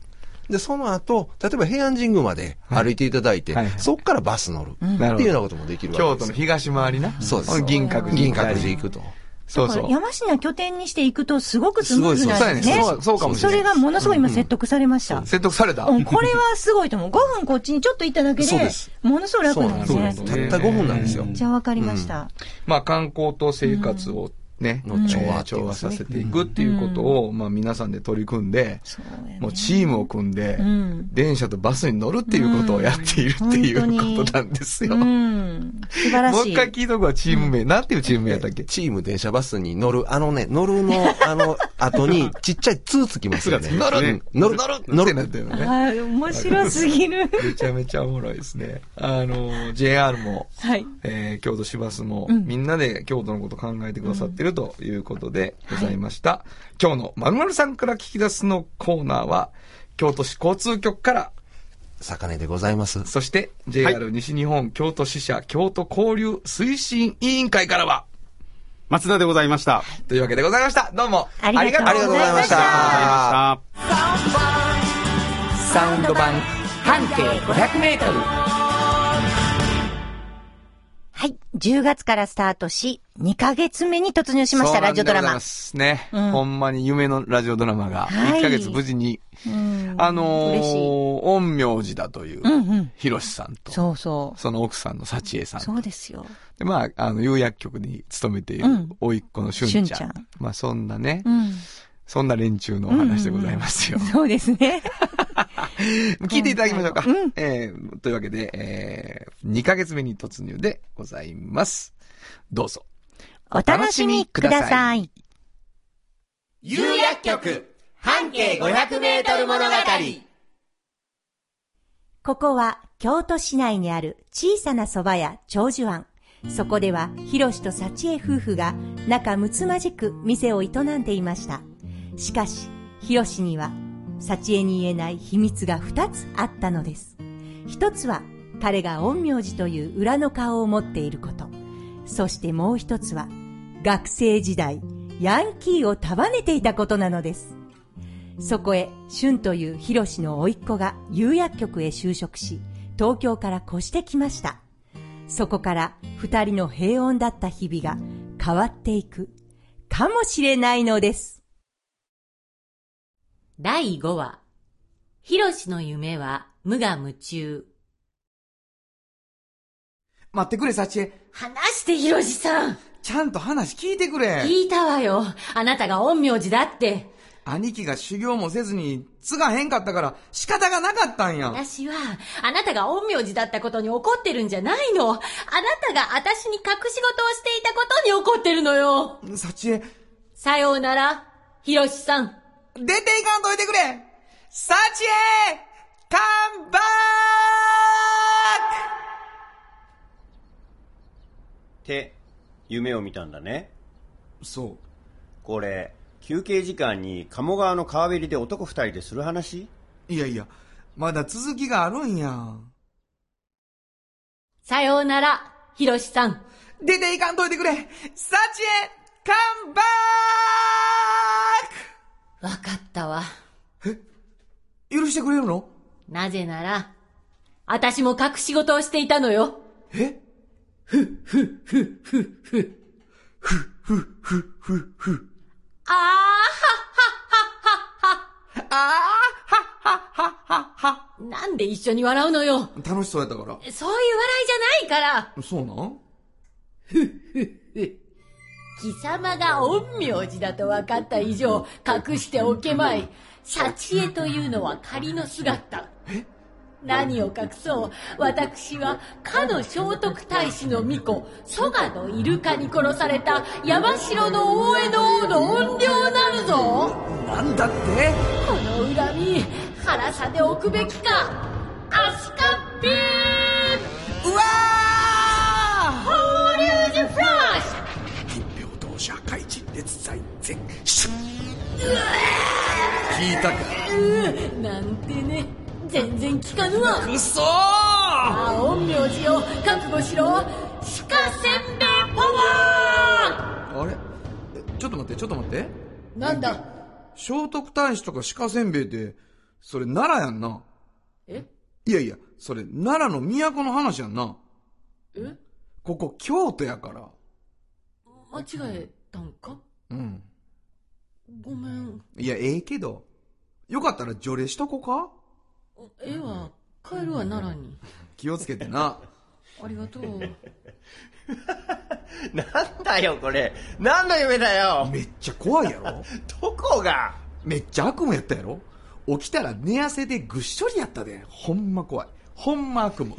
Speaker 5: で、その後、例えば平安神宮まで歩いていただいて、
Speaker 2: はいはい
Speaker 5: そこからバス乗る。
Speaker 2: なるほど
Speaker 5: っていうようなこともできるわ
Speaker 2: 京
Speaker 5: けで
Speaker 2: 都
Speaker 5: す
Speaker 2: の
Speaker 5: よ。
Speaker 2: 東回りな。
Speaker 5: そうです。
Speaker 2: 銀閣寺。
Speaker 5: 銀閣寺行くと。
Speaker 2: そうそう。
Speaker 3: 山科拠点にしていくとすごくスムーズなん
Speaker 2: そうや
Speaker 3: で
Speaker 2: ね。
Speaker 3: すね。
Speaker 2: そうそうかもし
Speaker 3: そ
Speaker 2: れ
Speaker 3: れ
Speaker 2: ない。
Speaker 3: がものすごい今説得されました。うん
Speaker 2: 説得された。
Speaker 3: これはすごいと思う。5分こっちにちょっと行っただけ
Speaker 5: そう
Speaker 3: で
Speaker 5: です、
Speaker 3: ものすごい楽なんです
Speaker 5: そう
Speaker 3: ね
Speaker 5: なん。ですよ。たった5分なんですよ。
Speaker 3: じゃあ分かりました。
Speaker 2: まあ、観光と生活をね、
Speaker 5: うんの調和
Speaker 2: えー調和させていくっていうことを、まあ、皆さんで取り組んで、
Speaker 3: そうやね
Speaker 2: もうチームを組んで、
Speaker 3: ん
Speaker 2: 電車とバスに乗るっていうことをやっているっていうことなんですよ。
Speaker 3: う
Speaker 2: も
Speaker 3: ん。素晴ら
Speaker 2: う
Speaker 3: し
Speaker 2: 一
Speaker 3: い。
Speaker 2: 回聞いとくわ、チーム名。なんていうチーム名やったっけ
Speaker 5: チーム電車バスに乗る、あのね、乗るの、あの、後に、ちっちゃいツーつきますよね。
Speaker 2: 乗る
Speaker 5: うん乗る、乗
Speaker 2: 乗
Speaker 5: る
Speaker 2: る、
Speaker 5: 乗
Speaker 2: 乗る
Speaker 5: る
Speaker 2: って。なってるのね。
Speaker 3: はい、面白すぎ る。
Speaker 2: めちゃめちゃおもろいですね。あの、JR も、
Speaker 3: はい。
Speaker 2: えー京都市バスも、みんなで京都のこと考えてくださってるということでございました。今日のまるまるさんから聞き出すのコーナーは、京都市交通局から、
Speaker 5: 魚でございます。
Speaker 2: そして JR 西日本京都支社京都交流推進委員会からは、
Speaker 6: 松田でございました。あ
Speaker 2: というわけでございました。どうも、
Speaker 7: ありがとう
Speaker 2: ありがとうございまし
Speaker 7: ありがとうございま
Speaker 6: し
Speaker 2: た。
Speaker 6: た。
Speaker 4: サウンド版半径500メートル
Speaker 7: はい。10月からスタートし、2ヶ月目に突入しました、ラジオドラ
Speaker 2: そうなんでござい
Speaker 7: マ
Speaker 2: ま。すね、ほんまに夢のラジオドラマが、
Speaker 7: はい
Speaker 2: 1ヶ月無事に、あの
Speaker 7: 嬉し
Speaker 2: ー、陰陽師だという、ひろしさんと、
Speaker 3: そうそう。
Speaker 2: その奥さんの幸恵さん
Speaker 3: そうですよ。
Speaker 2: でまあ、あの、有薬局に勤めている、甥っ子のしゅんちゃん。
Speaker 3: 俊ちゃん
Speaker 2: まあ、そんなね、
Speaker 3: うん。
Speaker 2: そんな連中のお話でございますよ。
Speaker 3: そうですね。
Speaker 2: 聞いていただきましょうか。えーというわけで、え2ヶ月目に突入でございます。どうぞ。
Speaker 7: お楽しみください。
Speaker 4: 有薬局半径500メートル物語
Speaker 7: ここは京都市内にある小さな蕎麦屋長寿庵、
Speaker 3: そこでは、ひろしと幸恵夫婦が仲睦まじく店を営んでいました。しかし、ひろしには、幸恵に言えない秘密が二つあったのです。一つは、彼が陰陽師という裏の顔を持っていること。そしてもう一つは、学生時代、ヤンキーを束ねていたことなのです。そこへ、春というヒロシの甥っ子が釉薬局へ就職し、東京から越してきました。そこから二人の平穏だった日々が変わっていく、かもしれないのです。
Speaker 8: 第5話。ヒロシの夢は無我夢中。
Speaker 2: 待ってくれ、幸恵。
Speaker 8: 話して、ヒロシさん
Speaker 2: ちゃんと話聞いてくれ。
Speaker 8: 聞いたわよ。あなたが陰陽師だって。
Speaker 2: 兄貴が修行もせずに継がへんかったから仕方がなかったんや。
Speaker 8: 私は、あなたが陰陽師だったことに怒ってるんじゃないの。あなたが私に隠し事をしていたことに怒ってるのよ。
Speaker 2: 幸恵、
Speaker 8: さようなら、ヒロシさん。
Speaker 2: 出ていかんといてくれ幸恵カンバッ
Speaker 9: って、夢を見たんだね。
Speaker 2: クそう。
Speaker 9: これ、休憩時間に鴨川の川べりで男二人でする話
Speaker 2: いやいや、まだ続きがあるんや。
Speaker 8: さようなら、ヒロシさん。
Speaker 2: 出ていかんといてくれ幸恵カンバ
Speaker 8: わかったわ。
Speaker 2: ック許してくれるの
Speaker 8: なぜなら、私も隠し事をしていたのよ。
Speaker 2: え
Speaker 8: あーはははは
Speaker 2: ああはっはっはっはっは
Speaker 8: は。なんで一緒に笑うのよ。
Speaker 2: 楽しそうやったから。
Speaker 8: そういう笑いじゃないから。
Speaker 2: そうなん
Speaker 8: 貴様が陰陽師だと分かった以上、隠しておけまい。幸恵というのは仮の姿。何を隠そう、私は、かの聖徳太子の巫女、蘇我のイルカに殺された山城の大江の王の怨霊なるぞ。
Speaker 2: なんだって
Speaker 8: この恨み、腹さで置くべきか。アシカビー
Speaker 2: うわー
Speaker 8: ムリュージュフラッシュ
Speaker 2: 平等社会人列在前シュ聞いたか
Speaker 8: なんてね全然聞かぬわ
Speaker 2: うそ
Speaker 8: ああ陰陽師よ覚悟しろ鹿せんべいパワ
Speaker 2: あれえちょっと待ってちょっと待って
Speaker 8: ーなんだ
Speaker 2: 聖徳太子とか鹿せんべいってそれ奈良やんな
Speaker 8: え
Speaker 2: いやいやそれ奈良の都の話やんな
Speaker 8: え
Speaker 2: ここ京都やから
Speaker 8: 間違えたんか
Speaker 2: うん
Speaker 8: ごめん
Speaker 2: いやええけどよかったら除霊しとこか
Speaker 8: 絵は帰るわ奈良に
Speaker 2: 気をつけてな
Speaker 8: ありがとう
Speaker 9: なんだよ、これ。何の夢だよ。
Speaker 2: めっちゃ怖いやろ
Speaker 9: どこが
Speaker 2: めっちゃ悪夢やったやろ起きたら寝汗でぐっしょりやったでほんま怖いほんま悪夢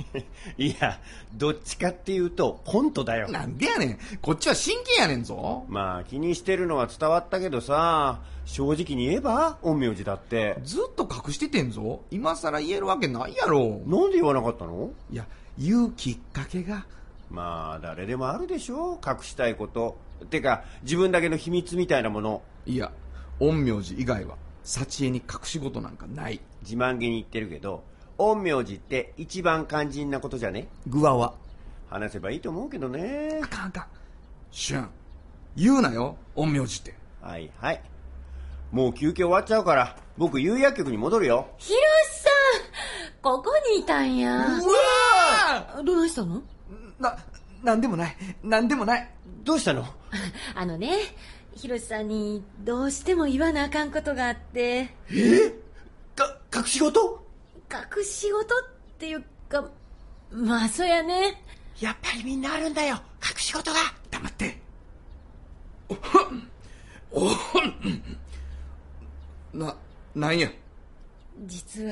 Speaker 9: いや、どっちかっていうと、コントだよ。
Speaker 2: なんでやねん。こっちは真剣やねんぞ。
Speaker 9: まあ、気にしてるのは伝わったけどさ、正直に言えば、陰陽師だって。
Speaker 2: ずっと隠しててんぞ。今更言えるわけないやろ。
Speaker 9: なんで言わなかったの
Speaker 2: いや、言うきっかけが。
Speaker 9: まあ、誰でもあるでしょ隠したいこと。てか、自分だけの秘密みたいなもの。
Speaker 2: いや、陰陽師以外は、幸恵に隠し事なんかない。
Speaker 9: 自慢げに言ってるけど、陰陽師って一番肝心なことじゃね
Speaker 2: 具わは。
Speaker 9: 話せばいいと思うけどね
Speaker 2: あ。かんあかん。シュン、言うなよ、陰陽師って。
Speaker 9: はいはい。もう休憩終わっちゃうから、僕、有薬局に戻るよ。
Speaker 8: ひろしさんここにいたんや
Speaker 2: わ
Speaker 8: どないしたの
Speaker 2: な、なんでもない。なんでもない。
Speaker 9: どうしたの
Speaker 8: あのねひろしさんにどうしても言わなあかんことがあって
Speaker 9: か、隠し事
Speaker 8: 隠し事っていうかまあそうやね
Speaker 9: やっぱりみんなあるんだよ。隠し事が。
Speaker 2: 黙って。おほんおほんな、なんや。
Speaker 8: 実は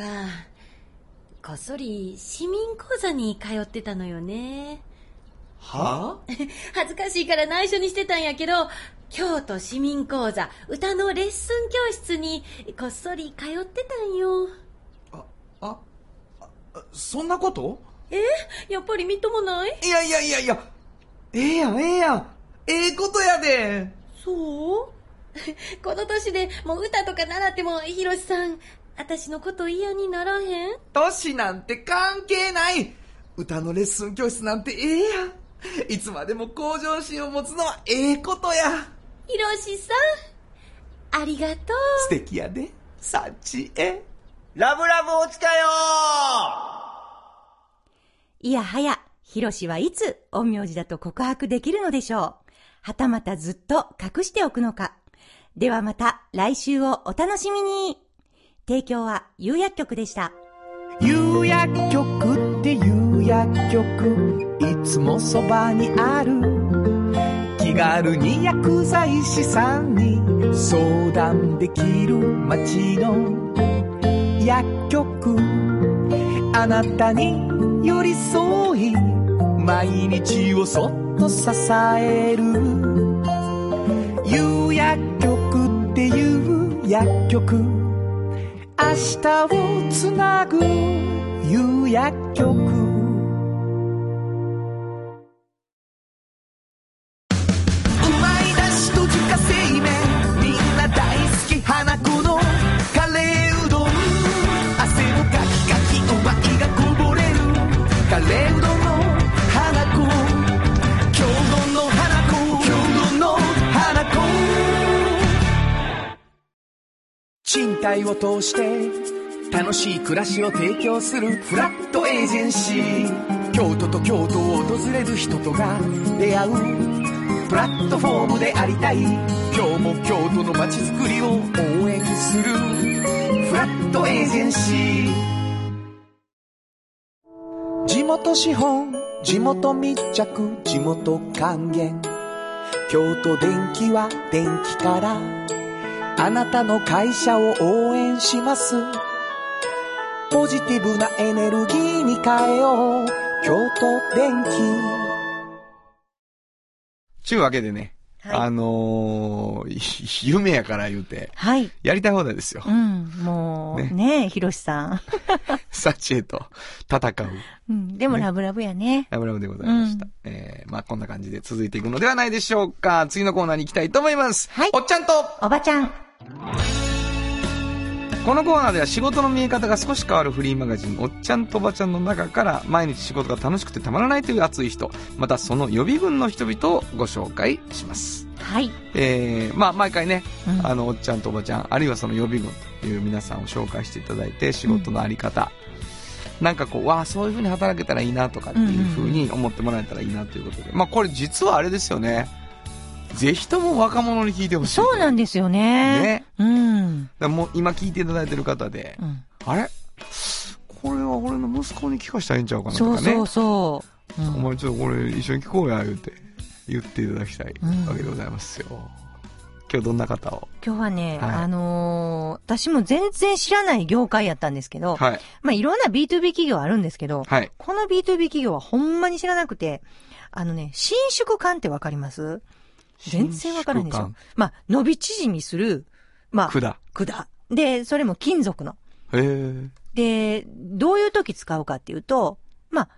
Speaker 8: こっそり市民講座に通ってたのよね
Speaker 2: は
Speaker 8: 恥ずかしいから内緒にしてたんやけど京都市民講座歌のレッスン教室にこっそり通ってたんよ
Speaker 2: ああ、そんなこと
Speaker 8: やっぱりみっともない
Speaker 2: いやいやいやいや、ええやん、ええやん。ええことやで。
Speaker 8: そう この年でもう歌とか習ってもひろしさん私のこと嫌にならへん
Speaker 2: 年なんて関係ない歌のレッスン教室なんてええやん。いつまでも向上心を持つのはええことや。
Speaker 8: ひろしさんありがと
Speaker 2: 素敵やで、幸へ。
Speaker 9: ラブラブおつかよ
Speaker 3: いやはや、ヒロシはいつ陰陽師だと告白できるのでしょう。はたまたずっと隠しておくのか。ではまた来週をお楽しみに。提供は有薬局でした。
Speaker 4: 有薬局っていう薬局いつもそばにある気軽に薬剤師さんに相談できる街の薬局あなたに寄り添い毎日をそっと支える有薬局っていう薬局明日をつなぐ夕薬局うまいだしと自家製麺みんな大好き花子のカレーうどん汗をかきかきおばいがこぼれるカレーうどんの花子郷土の花子郷土の花子賃貸を通して楽しい暮らしを提供するフラットエージェンシー京都と京都を訪れる人とが出会うプラットフォームでありたい今日も京都の街づくりを応援するフラットエージェンシー地元資本地元密着地元還元京都電気は電気からあなたの会社を応援しますポジティブなエネルギーに変えよう京都電気
Speaker 2: ちゅうわけでね、
Speaker 10: はい
Speaker 2: あのー、夢やから言うて、
Speaker 3: はい。
Speaker 2: やりたい放題ですよ
Speaker 3: う。ん、もう、ねえ、ヒロシさん。
Speaker 2: サチエと戦う
Speaker 3: うん、でもラブラブやね。
Speaker 2: ラブラブでございました。えー、まあこんな感じで続いていくのではないでしょうか。次のコーナーに行きたいと思います。
Speaker 3: はい
Speaker 2: おっちゃんと
Speaker 3: おばちゃん。
Speaker 2: このコーナーでは仕事の見え方が少し変わるフリーマガジン、おっちゃんとおばちゃんの中から、毎日仕事が楽しくてたまらないという熱い人、またその予備軍の人々をご紹介します。
Speaker 3: はい。
Speaker 2: えー、まあ毎回ね、
Speaker 3: うん
Speaker 2: あの、おっちゃんとおばちゃん、あるいはその予備軍という皆さんを紹介していただいて、仕事のあり方、なんかこう、わあ、そういう風に働けたらいいなとかっていう風に思ってもらえたらいいなということで、まあこれ実はあれですよね、ぜひとも若者に聞いてほしい。
Speaker 3: そうなんですよね。
Speaker 2: ね
Speaker 3: うん。
Speaker 2: だからもう今聞いていただいてる方で
Speaker 3: う、ん
Speaker 2: あれこれは俺の息子に聞かしたらいいんちゃうかなと
Speaker 3: そ
Speaker 2: か
Speaker 3: う
Speaker 2: ね。
Speaker 3: そうそう。う
Speaker 2: お
Speaker 3: ん
Speaker 2: 前ちょっとこれ一緒に聞こうや、言うて、言っていただきたい
Speaker 3: うん
Speaker 2: わけでございますよ。今日どんな方を
Speaker 3: 今日はね、
Speaker 2: はい
Speaker 3: あのー私も全然知らない業界やったんですけど、
Speaker 2: はい。
Speaker 3: まあいろんな B2B 企業あるんですけど、
Speaker 2: はい。
Speaker 3: この B2B 企業はほんまに知らなくて、あのね、伸縮感ってわかります全然わからないでし
Speaker 2: 伸
Speaker 3: ょ
Speaker 2: 縮。
Speaker 3: まあ、伸び縮みする、まあ、
Speaker 2: 管。
Speaker 3: 管。で、それも金属の。
Speaker 2: へえ。
Speaker 3: で、どういう時使うかっていうと、まあ、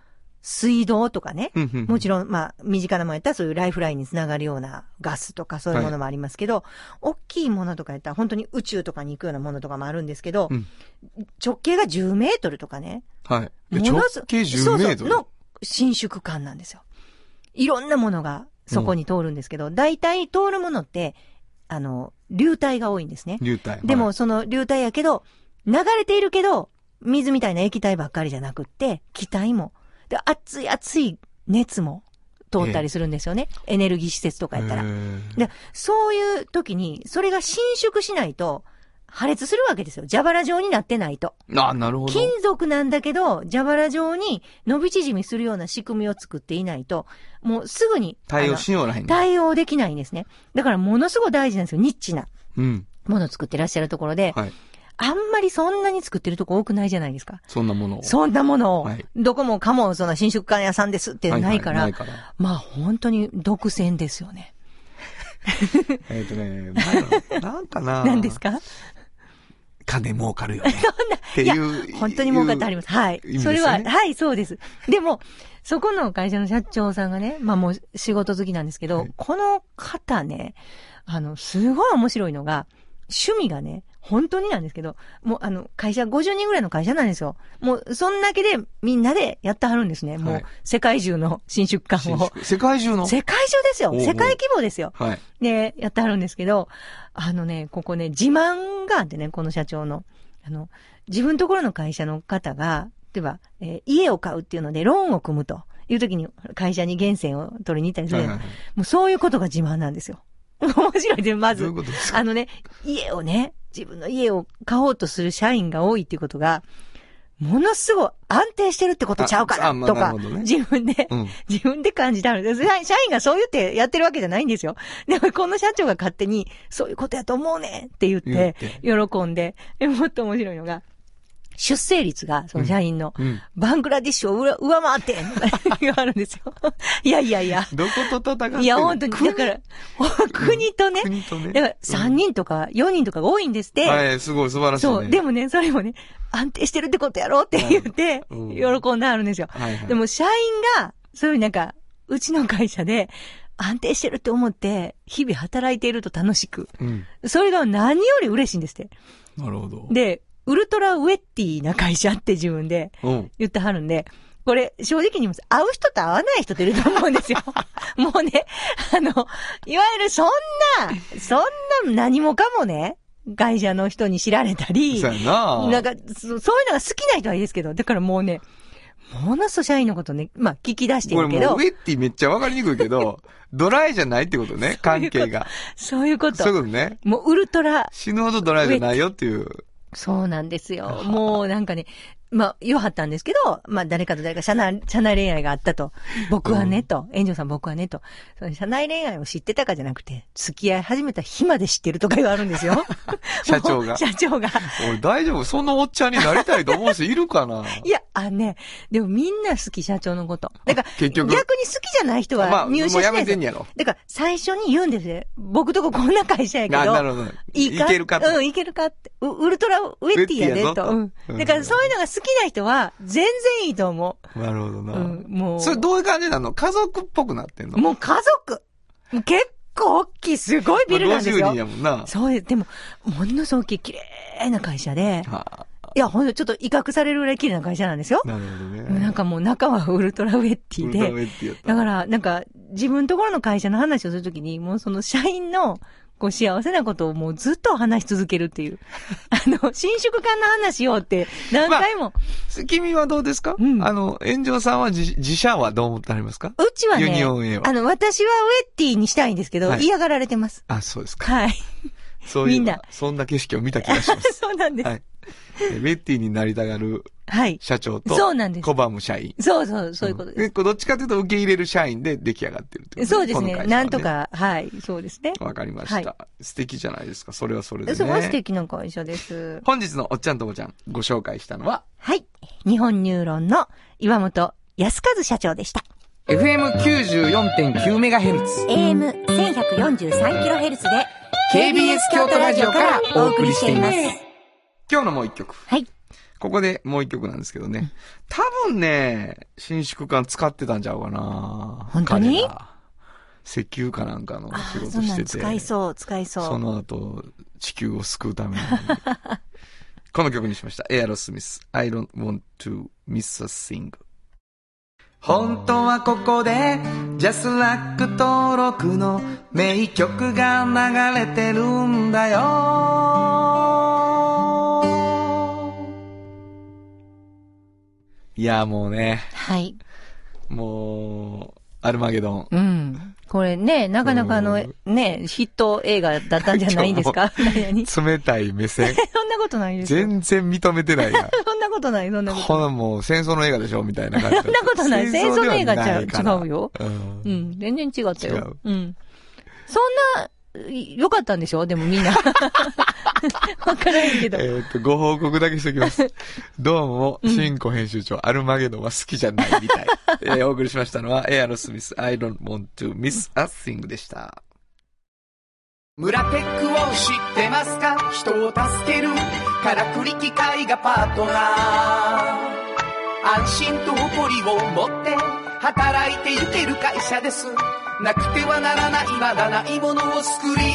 Speaker 3: 水道とかね。もちろん、まあ、身近なものやったらそういうライフラインにつながるようなガスとかそういうものもありますけど、大きいものとかやったら本当に宇宙とかに行くようなものとかもあるんですけど、
Speaker 2: うん
Speaker 3: 直径が10メートルとかね。
Speaker 2: ろん。はい。え
Speaker 3: も
Speaker 2: 直
Speaker 3: のす
Speaker 2: 径
Speaker 3: そ
Speaker 2: 10
Speaker 3: う
Speaker 2: メ
Speaker 3: そう
Speaker 2: ートル。
Speaker 3: の伸縮感なんですよ。いろんなものがそこに通るんですけど、大体通るものって、あの、流体が多いんですね。
Speaker 2: 流体。
Speaker 3: で
Speaker 2: は
Speaker 3: も、
Speaker 2: い、
Speaker 3: その流体やけど、流れているけど、水みたいな液体ばっかりじゃなくって、気体も。で、熱い熱い熱も通ったりするんですよね。エネルギー施設とかやったら。
Speaker 2: へえ
Speaker 3: で、そういう時に、それが伸縮しないと、破裂するわけですよ。蛇腹状になってないと。
Speaker 2: あ、なるほど。
Speaker 3: 金属なんだけど、蛇腹状に伸び縮みするような仕組みを作っていないと、もうすぐに
Speaker 2: 対応
Speaker 3: あの
Speaker 2: しようないんだ。
Speaker 3: 対応できないんですね。だからものすごい大事なんですよ。ニッチな
Speaker 2: うん。
Speaker 3: ものを作ってらっしゃるところで、
Speaker 2: はい。
Speaker 3: あんまりそんなに作ってるとこ多くないじゃないですか。
Speaker 2: そんなものを。
Speaker 3: そんなものを
Speaker 2: はい、
Speaker 3: どこもかも、その新宿館屋さんですって
Speaker 2: はいは
Speaker 3: ないいか
Speaker 2: な
Speaker 3: ら
Speaker 2: い、から。
Speaker 3: まあ本当に独占ですよね。
Speaker 2: えっとね、なんかなんかな。
Speaker 3: 何ですか
Speaker 2: 金儲 かるよね。っていう。
Speaker 3: 本当に儲かってあります。はい
Speaker 2: 意味。です
Speaker 3: そ
Speaker 2: よね
Speaker 3: れは、はい、そうです。でも、そこの会社の社長さんがね、まあもう仕事好きなんですけど、
Speaker 2: はい
Speaker 3: この方ね、あの、すごい面白いのが、趣味がね、本当になんですけど、もうあの、会社50人ぐらいの会社なんですよ。もう、そんだけでみんなでやってはるんですね。も
Speaker 2: は
Speaker 3: う
Speaker 2: い、
Speaker 3: 世界中の伸出館
Speaker 2: 伸
Speaker 3: を。
Speaker 2: 縮世界中の。
Speaker 3: 世界中ですよ。
Speaker 2: おうおう
Speaker 3: 世界規模ですよ。
Speaker 2: はい。
Speaker 3: で、やってはるんですけど、あのね、ここね、自慢があってね、この社長の。あの、自分のところの会社の方が、例えば、えー家を買うっていうので、ローンを組むという時に、会社に源泉を取りに行ったりする、
Speaker 2: はいはいはい
Speaker 3: もうそういうことが自慢なんですよ。面白いで、ま
Speaker 2: どう
Speaker 3: ず
Speaker 2: いう。ことですか
Speaker 3: あのね、家をね、自分の家を買おうとする社員が多いっていうことが、ものすごい安定してるってことちゃうか
Speaker 2: ああま
Speaker 3: な、と
Speaker 2: あ
Speaker 3: か、
Speaker 2: なるほどね
Speaker 3: 自分で、
Speaker 2: うん
Speaker 3: 自分で感じたのです。社社員がそう言ってやってるわけじゃないんですよ。でも、この社長が勝手に、そういうことやと思うねんって言って、喜んで、でもっと面白いのが、出生率が、その社員の、
Speaker 2: うん。
Speaker 3: バングラディッシュを上上回ってん、言われるんですよ。 いやいやいや。
Speaker 2: どこと戦ってんの
Speaker 3: いや、本当に、だから、国とね、
Speaker 2: 国とね。
Speaker 3: だから3人とか4人とかが多いんですって。
Speaker 2: うんはい、すごい素晴らしいね。
Speaker 3: そう。でもね、それもね、安定してるってことやろって言って、
Speaker 2: うん
Speaker 3: 喜んであるんですよ。
Speaker 2: はいはい
Speaker 3: でも、社員が、そういうなんか、うちの会社で、安定してるって思って、日々働いていると楽しく。
Speaker 2: うん。
Speaker 3: それが何より嬉しいんですって。
Speaker 2: なるほど。
Speaker 3: で、ウルトラウェッティな会社って自分で
Speaker 2: うん。
Speaker 3: 言ってはるんで、これ、正直に言います。会う人と会わない人っていると思うん ですよ。もうね、あの、いわゆるそんな、そんな何もかもね、会社の人に知られたり、
Speaker 2: そうやな
Speaker 3: なんか、そそういうのが好きな人はいいですけど、だからもうね、ものすごい社員のことね、まあ聞き出して
Speaker 2: こ
Speaker 3: る
Speaker 2: れも
Speaker 3: け
Speaker 2: う
Speaker 3: ど
Speaker 2: ウ、ェッティめっちゃわかりにくいけ ど、ドライじゃないってことね、
Speaker 3: そうい
Speaker 2: 関
Speaker 3: うこと
Speaker 2: 係が。
Speaker 3: そういうこと
Speaker 2: そういう。ことね。
Speaker 3: もうウルトラ、
Speaker 2: 死ぬほどドライじゃないよっていう。。
Speaker 3: そうなんですよ。もうなんかね、まあ、言わはったんですけど、まあ、誰かと誰か、社内、社内恋愛があったと。僕はね、と。炎上さん僕はね、と。その社内恋愛を知ってたかじゃなくて、付き合い始めた日まで知ってるとか言われるんですよ
Speaker 2: 社長 が
Speaker 3: もう社長が。
Speaker 2: 俺大丈夫そのおっちゃんになりたいと思う人いるかな
Speaker 3: いや、あのね、でもみんな好き、社長のこと。だから、
Speaker 2: 結
Speaker 3: 逆
Speaker 2: 局
Speaker 3: に好きじゃない人
Speaker 2: まあ
Speaker 3: は入社しない
Speaker 2: もうやめ
Speaker 3: です
Speaker 2: てんやろ
Speaker 3: だから、最初に言うんですよ。僕とここんな会社やけど。
Speaker 2: あなるほど
Speaker 3: いいか
Speaker 2: いけるかと
Speaker 3: うん、いけるかって。ウウルトラウェッティやで、
Speaker 2: ウェッティや
Speaker 3: と。
Speaker 2: ぞ
Speaker 3: う
Speaker 2: と
Speaker 3: ん。だから、そういうのが好きな人は、全然いいと思
Speaker 2: なるほど
Speaker 3: う。
Speaker 2: な。
Speaker 3: うん、もう。
Speaker 2: それどういう感じなの家族っぽくなってんの
Speaker 3: もう家族もう結構大きい、すごいビルなんです
Speaker 2: まあ
Speaker 3: よ
Speaker 2: 50人。やもんな。
Speaker 3: そうです。でも、ものすごく綺麗な会社で、
Speaker 2: はい
Speaker 3: や、ほんとちょっと威嚇されるぐらい綺麗な会社なんですよ
Speaker 2: あ。なるほどね。
Speaker 3: なんかもう中はウルトラウェッテ
Speaker 2: ウ
Speaker 3: ィ
Speaker 2: ルトラ
Speaker 3: で
Speaker 2: ウ。ェッティやっ た。
Speaker 3: だから、なんか、自分のところの会社の話をするときに、もうその社員の、こう、幸せなことをもうずっと話し続けるっていう。 あの、伸縮感の話をって、何回も。
Speaker 2: 君はどうですか、
Speaker 3: うん
Speaker 2: あの、炎上さんは自自社はどう思ってありますか
Speaker 3: うちは
Speaker 2: ユニ
Speaker 3: ね、
Speaker 2: オン A は
Speaker 3: あの、私はウェッティにしたいんですけど、
Speaker 2: はい
Speaker 3: 嫌がられてます。
Speaker 2: あ、そうですか。
Speaker 3: はい。
Speaker 2: そういう
Speaker 3: みんな
Speaker 2: そんな景色を見た気がします。
Speaker 3: そうなんです。
Speaker 2: は
Speaker 3: はいい。
Speaker 2: えウェッティになりたがる社長と、
Speaker 3: そうなんです
Speaker 2: コバム社員。
Speaker 3: そうそう、そういうことです。
Speaker 2: んこどっちかというと受け入れる社員で出来上がってるってこと
Speaker 3: そうです
Speaker 2: この会社
Speaker 3: ね。
Speaker 2: は
Speaker 3: なんとか、はい、そうですね。
Speaker 2: わかりました、
Speaker 3: はい
Speaker 2: 素敵じゃないですか。それはそれでね。
Speaker 3: すごい素敵な会社です。
Speaker 2: 本日のおっちゃんとおばちゃん、ご紹介したのは、
Speaker 3: はい。日本ニューロンの岩本康和社長でした。
Speaker 2: FM94.9MHz。
Speaker 7: AM1143kHz で
Speaker 2: KBS 京都ラジオからお送りしています。今日のもう一曲。
Speaker 3: はい。
Speaker 2: ここでもう一曲なんですけどね。多分ね、伸縮感使ってたんちゃうかな
Speaker 3: 本当に
Speaker 2: 彼が石油かなんかの
Speaker 3: あ
Speaker 2: 仕
Speaker 3: あ、
Speaker 2: 事してて。
Speaker 3: 使いそう、使いそう。
Speaker 2: その後、地球を救うために。 この曲にしました。エアロスミス。I don't want to miss a thing. 本当はここで、ジャスラック登録の名曲が流れてるんだよ。いや、もうね、
Speaker 3: はい。
Speaker 2: もう、アルマゲドン。
Speaker 3: うん。これね、なかなかあの
Speaker 2: う、
Speaker 3: ね、ヒット映画だったんじゃないんです か何々
Speaker 2: 冷たい 目線。
Speaker 3: そんなことないですよ。
Speaker 2: 全然認めてないやん。
Speaker 3: そんなことない、そんなこと
Speaker 2: このもう戦争の映画でしょみたいな感じだった。
Speaker 3: そんなことない戦争 の映画
Speaker 2: 戦争ではないから
Speaker 3: 違うよ。
Speaker 2: うん
Speaker 3: ない。うん、全然違った
Speaker 2: 違
Speaker 3: よ
Speaker 2: う。
Speaker 3: うん。そんな、い良かったんでしょでもみんな。わからへんけ
Speaker 2: え
Speaker 3: ど。
Speaker 2: ーっと、ご報告だけしておきます。どうも、新子編集長、アルマゲドンは好きじゃないみた い。えーお送りしましたのは、エアロスミス、I don't want to miss a thing でした。
Speaker 4: 村テックを知ってますか人を助けるからくり機械がパートナー安心と誇りを持って働いていける会社ですなくてはならないまだないものを作り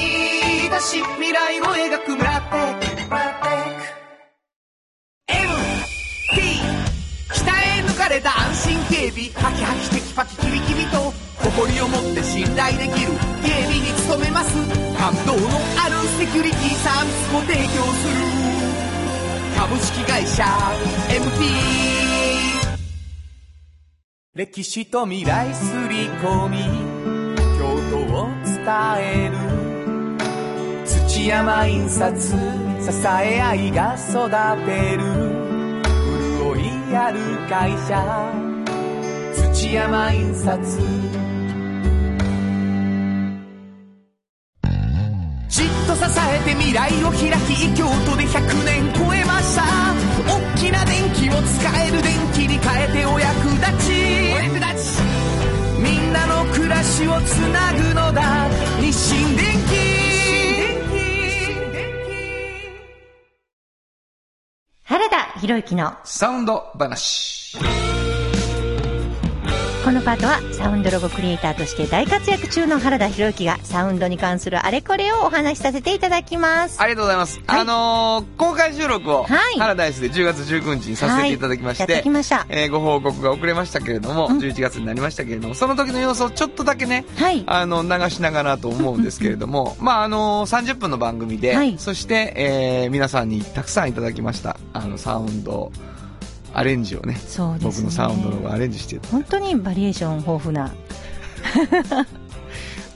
Speaker 4: 出し未来を描く村テック村テック MT 鍛え抜かれた安心警備ハキハキテキパキキビキビと誇りを持って信頼できる警備に努めます感動のあるセキュリティサービスを提供する株式会社 MT 歴史と未来すり込み京都を伝える土山印刷支え合いが育てる潤いある会社土山印刷じっと支えて未来を開き京都で100年超えました大きな電気を使える電気に変えてお役立ちお役立ちみんなの暮らしをつなぐのだ日清電気
Speaker 3: 原田博之の
Speaker 2: サウンド話。
Speaker 3: このパートはサウンドロゴクリエイターとして大活躍中の原田博之がサウンドに関するあれこれをお話しさせていただきます。
Speaker 2: ありがとうございます。あのー公開収録を、
Speaker 3: はい
Speaker 2: ハラダイスで10月19日にさせていただきまして、
Speaker 3: はいやってきました
Speaker 2: えーご報告が遅れましたけれども、
Speaker 3: うん
Speaker 2: 11月になりましたけれども、その時の様子をちょっとだけね、
Speaker 3: はい。
Speaker 2: あの、流しながらと思うんですけれども、まあ、あの30分の番組で、
Speaker 3: はい
Speaker 2: そして、えー皆さんにたくさんいただきました、あの、サウンド、アレンジをね、
Speaker 10: そうです、ね、
Speaker 2: 僕のサウンドの方がアレンジして、
Speaker 10: 本当にバリエーション豊富な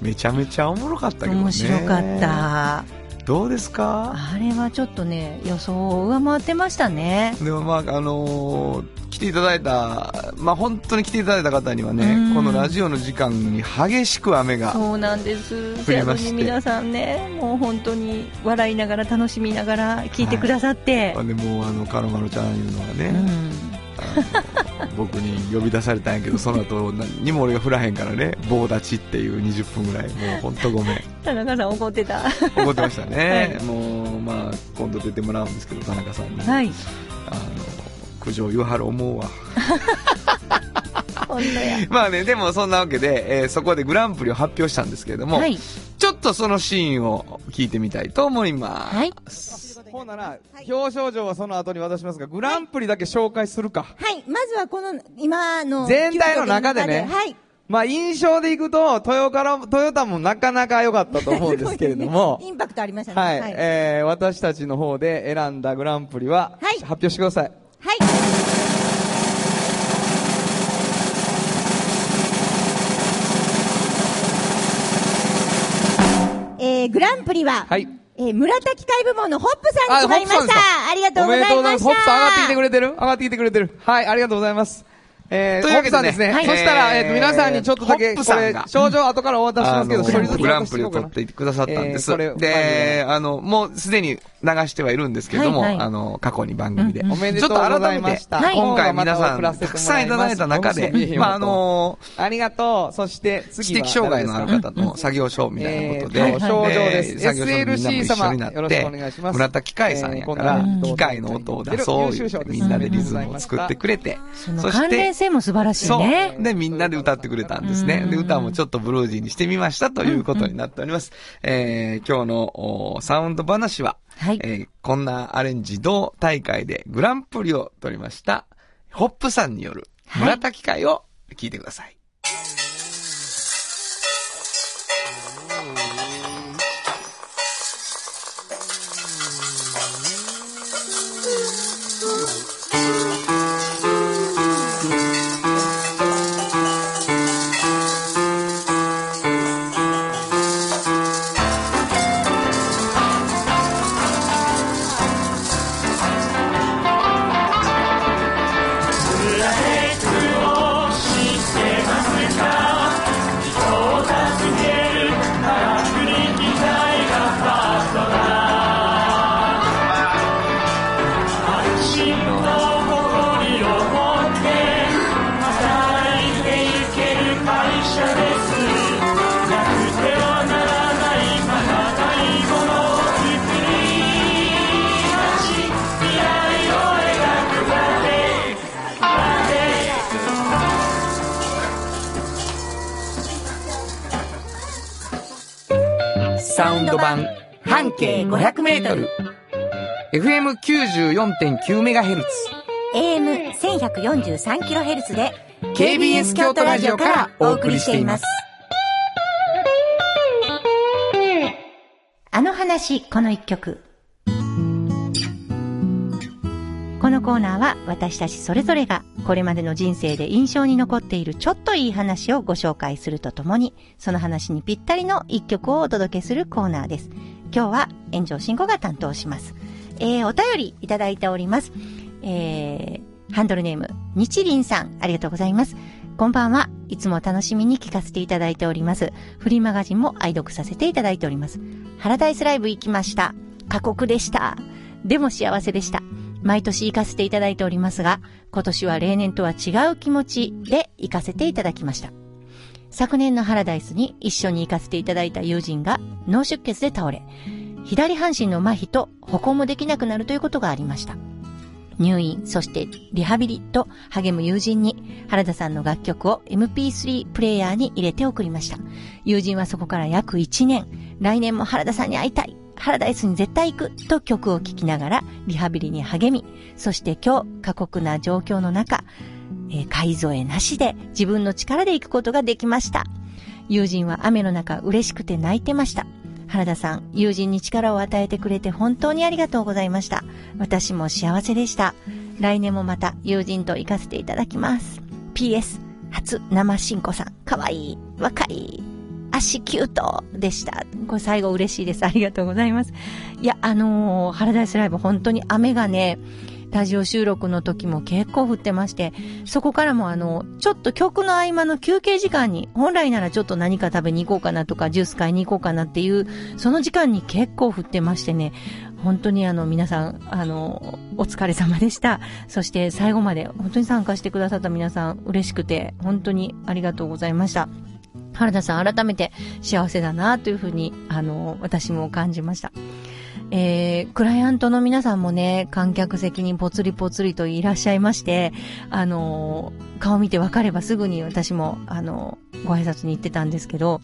Speaker 2: めちゃめちゃおもろかったけどね。
Speaker 10: 面白かった、
Speaker 2: どうですか
Speaker 10: あれはちょっとね予想を上回ってましたね
Speaker 2: でもまああのー来ていただいた、まあ、本当に来ていただいた方には
Speaker 10: う
Speaker 2: ね
Speaker 10: ん
Speaker 2: このラジオの時間に激しく雨が
Speaker 10: そうなんです
Speaker 2: 降
Speaker 10: せ
Speaker 2: り
Speaker 10: や
Speaker 2: ま
Speaker 10: の
Speaker 2: して
Speaker 10: に皆さんねもう本当に笑いながら楽しみながら聞いてくださって、
Speaker 2: でもうあのカロマロちゃんいうのは
Speaker 10: う
Speaker 2: ね、
Speaker 10: ん
Speaker 2: あの僕に呼び出されたんやけどその後何にも俺が振らへんからね棒立ちっていう20分ぐらいもう本当ごめん
Speaker 10: 田中さん怒って た
Speaker 2: 怒ってましたね、
Speaker 10: は
Speaker 2: もうまあ今度出てもらうんですけど田中さんに、
Speaker 10: はい
Speaker 2: あの苦情言わはる思うわ
Speaker 10: 本当や
Speaker 2: まあねでもそんなわけで、えーそこでグランプリを発表したんですけれども、
Speaker 10: はい
Speaker 2: ちょっとそのシーンを聞いてみたいと思います。
Speaker 3: はい。
Speaker 2: ほんなら、表彰状はその後に渡しますが、グランプリだけ紹介するか。
Speaker 7: はい、まずはこの、今の。
Speaker 2: 全体の中でね
Speaker 7: はい。
Speaker 2: まあ、印象でいくと、トヨから、トヨタもなかなか良かったと思うんですけれども、
Speaker 7: インパクトありましたね。
Speaker 2: はい、
Speaker 7: はい。
Speaker 2: えー、私たちの方で選んだグランプリは、
Speaker 7: はい
Speaker 2: 発表してください。
Speaker 7: はいえー、グランプリは、
Speaker 2: はい
Speaker 7: えー、村田機械部門のホップさんに決まりまし
Speaker 2: ん
Speaker 7: た。ありがとうございました。
Speaker 2: おめでとうございます。ホップさん上がってきてくれてる上がってきてくれてる。はい、ありがとうございます。えー、
Speaker 5: というわけ
Speaker 2: ホップさ
Speaker 5: でね
Speaker 2: んですね。
Speaker 5: はい
Speaker 2: そしたら、えっ、と、
Speaker 5: えー
Speaker 2: 皆さんにちょっとだけ、
Speaker 5: ホッ
Speaker 2: こ
Speaker 5: プさん
Speaker 2: れ
Speaker 5: が、
Speaker 2: 症状後からお渡ししますけど、
Speaker 5: あの
Speaker 2: 一人ずつ
Speaker 5: グランプリを取ってくださったんです
Speaker 2: えーこれ
Speaker 5: で
Speaker 2: まずね
Speaker 5: えーあの、もうすでに流してはいるんですけれども、
Speaker 10: はいはい
Speaker 5: あの、過去に番組で。
Speaker 2: おめで
Speaker 5: ち
Speaker 2: と
Speaker 5: ょ
Speaker 2: う
Speaker 5: っ
Speaker 2: ご
Speaker 5: と
Speaker 2: ざい
Speaker 5: 改
Speaker 2: ま
Speaker 5: め、
Speaker 2: してた
Speaker 5: 今
Speaker 2: はい
Speaker 5: 回皆さん、
Speaker 2: また送らせ
Speaker 5: た
Speaker 2: ても
Speaker 5: く
Speaker 2: ら
Speaker 5: さ
Speaker 2: い
Speaker 5: んい
Speaker 2: ます
Speaker 5: ただいた 中
Speaker 2: この商
Speaker 5: で、
Speaker 2: 品を
Speaker 5: まあ、あの
Speaker 2: ありがとう。そして、
Speaker 5: 知
Speaker 2: 次は
Speaker 5: 的障害のある方の作業所みたいなことで、
Speaker 2: えーと症状です
Speaker 5: 作業所のみんなも一緒にな
Speaker 2: SLC 様よろ
Speaker 5: っ
Speaker 2: しく
Speaker 5: て
Speaker 2: お願いします
Speaker 5: 村田機械さんやから、
Speaker 2: えー
Speaker 5: 機械の音を出そう言って、みんなでリズムを作ってくれて、
Speaker 10: その関連性も素晴らしい
Speaker 5: そう
Speaker 10: ね。
Speaker 5: で、みんなで歌ってくれたんですね。で、歌もちょっとブルージーにしてみましたということになっております。えー今日のおサウンド話は、
Speaker 10: はい
Speaker 5: えーこんなアレンジ同大会でグランプリを取りました、ホップさんによる村田機会を聞いてください。
Speaker 2: 「版半径500メートル。FM94.9MHz。
Speaker 7: AM1143kHz で
Speaker 2: KBS 京都ラジオからお送りしています。
Speaker 3: あの話、この一曲。このコーナーは私たちそれぞれがこれまでの人生で印象に残っているちょっといい話をご紹介するとともに、その話にぴったりの一曲をお届けするコーナーです。今日は炎上慎吾が担当します。えー、お便りいただいております。えー、ハンドルネーム、日林さん、ありがとうございます。こんばんは。いつも楽しみに聞かせていただいております。フリーマガジンも愛読させていただいております。ハラダイスライブ行きました。過酷でした。でも幸せでした。毎年行かせていただいておりますが、今年は例年とは違う気持ちで行かせていただきました。昨年のハラダイスに一緒に行かせていただいた友人が脳出血で倒れ、左半身の麻痺と歩行もできなくなるということがありました。入院、そしてリハビリと励む友人に原田さんの楽曲を MP3 プレイヤーに入れて送りました。友人はそこから約1年、来年も原田さんに会いたい、原田 S に絶対行くと曲を聴きながらリハビリに励み、そして今日過酷な状況の中、えー買い添えなしで自分の力で行くことができました。友人は雨の中嬉しくて泣いてました。原田さん、友人に力を与えてくれて本当にありがとうございました。私も幸せでした。来年もまた友人と行かせていただきます。PS、初生新子さん、かわいい、若い、足キュートでした。これ最後嬉しいです。ありがとうございます。いや、あのー、ハラダイスライブ本当に雨がね、ラジオ収録の時も結構降ってまして、そこからもあの、ちょっと曲の合間の休憩時間に、本来ならちょっと何か食べに行こうかなとか、ジュース買いに行こうかなっていう、その時間に結構降ってましてね、本当にあの、皆さん、あの、お疲れ様でした。そして最後まで本当に参加してくださった皆さん、嬉しくて、本当にありがとうございました。原田さん、改めて幸せだなというふうに、あの、私も感じました。えー、クライアントの皆さんもね、観客席にぽつりぽつりといらっしゃいまして、あのー顔見てわかればすぐに私も、あのーご挨拶に行ってたんですけど、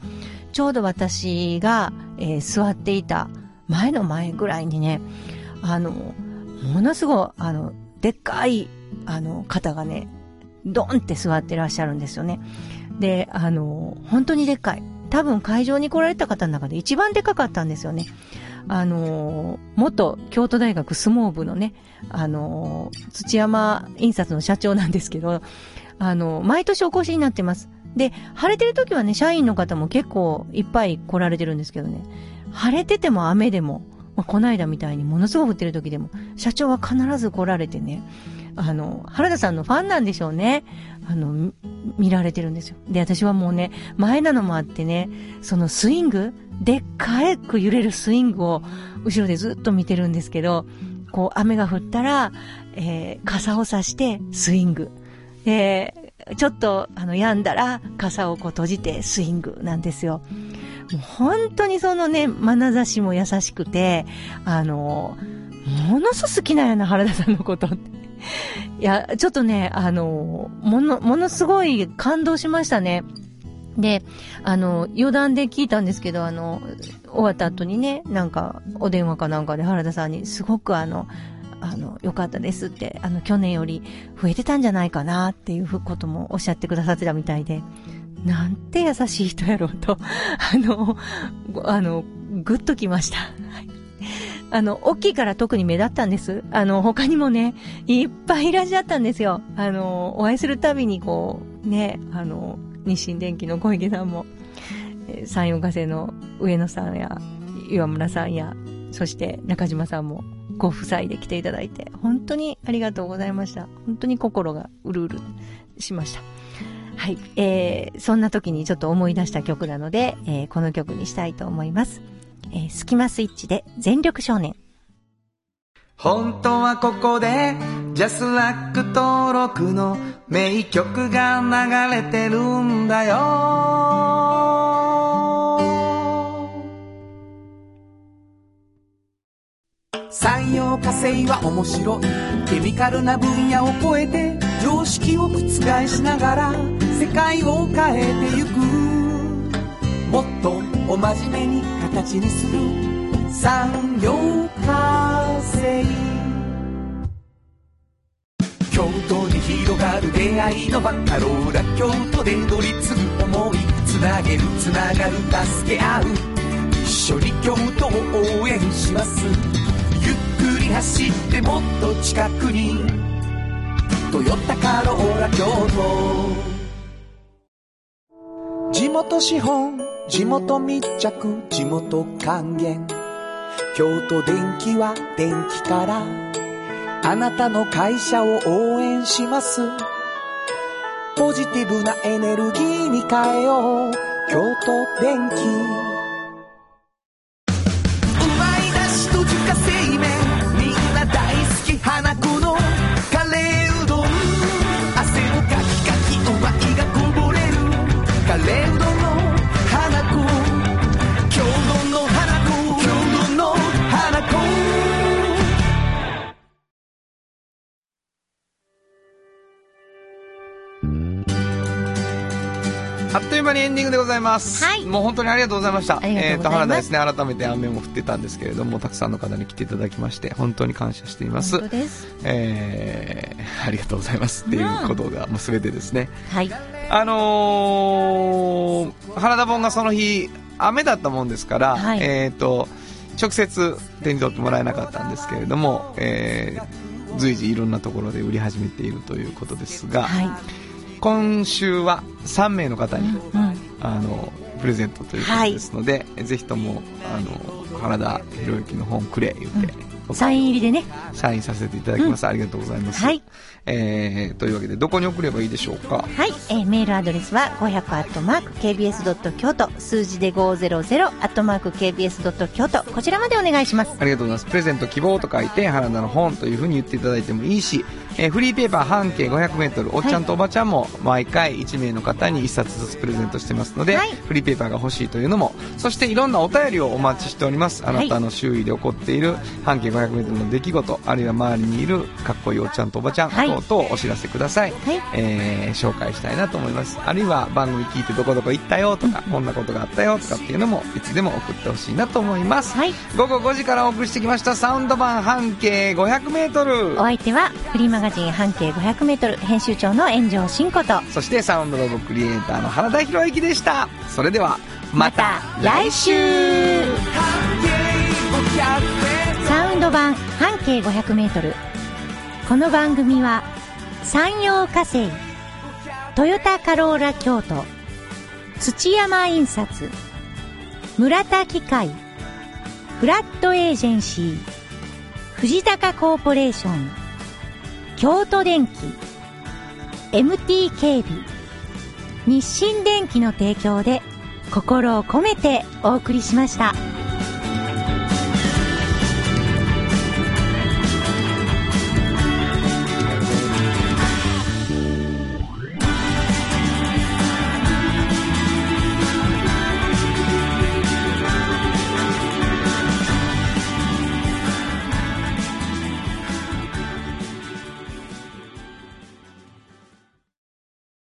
Speaker 3: ちょうど私が、えー座っていた前の前ぐらいにね、あのものすごい、あの、でっかい、あの、方がね、ドンって座ってらっしゃるんですよね。で、あの本当にでっかい。多分会場に来られた方の中で一番でかかったんですよね。あのー元京都大学相撲部のね、あのー土山印刷の社長なんですけど、あのー毎年お越しになってます。で、晴れてる時はね、社員の方も結構いっぱい来られてるんですけどね、晴れてても雨でも、まあ、この間みたいにものすごく降ってる時でも、社長は必ず来られてね、あの、原田さんのファンなんでしょうね。あの、み見られてるんですよ。で、私はもうね、前なのもあってね、そのスイング、でっかく揺れるスイングを後ろでずっと見てるんですけど、こう雨が降ったら、えー傘を差してスイング。で、ちょっとあの病んだら傘をこう閉じてスイングなんですよ。もう本当にそのね、眼差しも優しくて、あの、ものすごく好きなんやな、原田さんのこと。いや、ちょっとね、あの、もの、ものすごい感動しましたね。で、あの、余談で聞いたんですけど、あの、終わった後にね、なんか、お電話かなんかで原田さんに、すごくあの、あの、良かったですって、あの、去年より増えてたんじゃないかなっていうこともおっしゃってくださってたみたいで、なんて優しい人やろうと、 あの、ごあの、ぐっときました。はいあの、大きいから特に目立ったんです。あの、他にもね、いっぱいいらっしゃったんですよ。あの、お会いするたびにこう、ね、あの、日清電機の小池さんも、えー山陽火星の上野さんや、岩村さんや、そして中島さんも、ご夫妻で来ていただいて、本当にありがとうございました。本当に心がうるうるしました。はい。えー、そんな時にちょっと思い出した曲なので、えーこの曲にしたいと思います。えー、スキマスイッチで全力少年。
Speaker 2: 本当はここでジャスラック登録の名曲が流れてるんだよ
Speaker 4: 産業化成は面白いケミカルな分野を超えて常識を覆しながら世界を変えてゆくもっとお真面目に形にする産業化成京都に広がる出会いの場カローラ京都で乗り継ぐ思いつなげるつながる助け合う一緒に京都を応援しますゆっくり走ってもっと近くに「トヨタカローラ京都」地元資本地元密着地元還元京都電気は電気からあなたの会社を応援しますポジティブなエネルギーに変えよう京都電気うまいだしと自家製麺みんな大好き花子のカレーうどん汗をかきかきうまいがこぼれるカレーうどんの花子京都の花子京都の花子
Speaker 2: あっという間にエンディングでございます。
Speaker 7: はい
Speaker 2: もう本当にありがとうございました。
Speaker 7: ありがとうございます
Speaker 2: えーと、原田ですね、改めて雨も降ってたんですけれども、たくさんの方に来ていただきまして、本当に感謝しています。
Speaker 7: 本当です。
Speaker 2: えー、ありがとうございます。っていうことが、もう全てですね。
Speaker 7: はい。
Speaker 2: あのー、原田本がその日、雨だったもんですから、
Speaker 7: はい
Speaker 2: えっ、と、直接手に取ってもらえなかったんですけれども、えー随時いろんなところで売り始めているということですが、
Speaker 7: はい。
Speaker 2: 今週は3名の方に、
Speaker 7: うん。
Speaker 2: あのプレゼントということですので、ぜひともあの原田博之の本くれ言って、お
Speaker 7: サイン入りでね。
Speaker 2: サインさせていただきます、ありがとうございます、
Speaker 7: はい
Speaker 2: えーというわけでどこに送ればいいでしょうか
Speaker 7: はい、えーメールアドレスは5 0 0 k b s k y o 数字で5 0 0 k b s k y o こちらまでお願いします
Speaker 2: ありがとうございますプレゼント希望と書いて原田の本というふうに言っていただいてもいいし、えーフリーペーパー半径 500m おっちゃんとおばちゃんも毎回1名の方に1冊ずつプレゼントしてますので、
Speaker 7: はい
Speaker 2: フリーペーパーが欲しいというのもそしていろんなお便りをお待ちしておりますあなたの周囲で起こっている半径 500m の出来事あるいは周りにいるかっこいいおっちゃんとおばちゃん
Speaker 7: はい
Speaker 2: 等々お知らせください、
Speaker 7: はい
Speaker 2: えー紹介したいなと思いますあるいは番組聞いてどこどこ行ったよとかこんなことがあったよとかっていうのもいつでも送ってほしいなと思います、
Speaker 7: はい
Speaker 2: 午後5時からお送りしてきましたサウンド版半径 500m
Speaker 7: お相手はフリーマガジン半径 500m 編集長の炎上真子と
Speaker 2: そしてサウンドロゴクリエイターの原田博之でしたそれではまた
Speaker 7: 来週サウンド版半径 500m この番組は山陽火星トヨタカローラ京都土山印刷村田機械フラットエージェンシー藤高コーポレーション京都電機 MT 警備日清電機の提供で心を込めてお送りしました。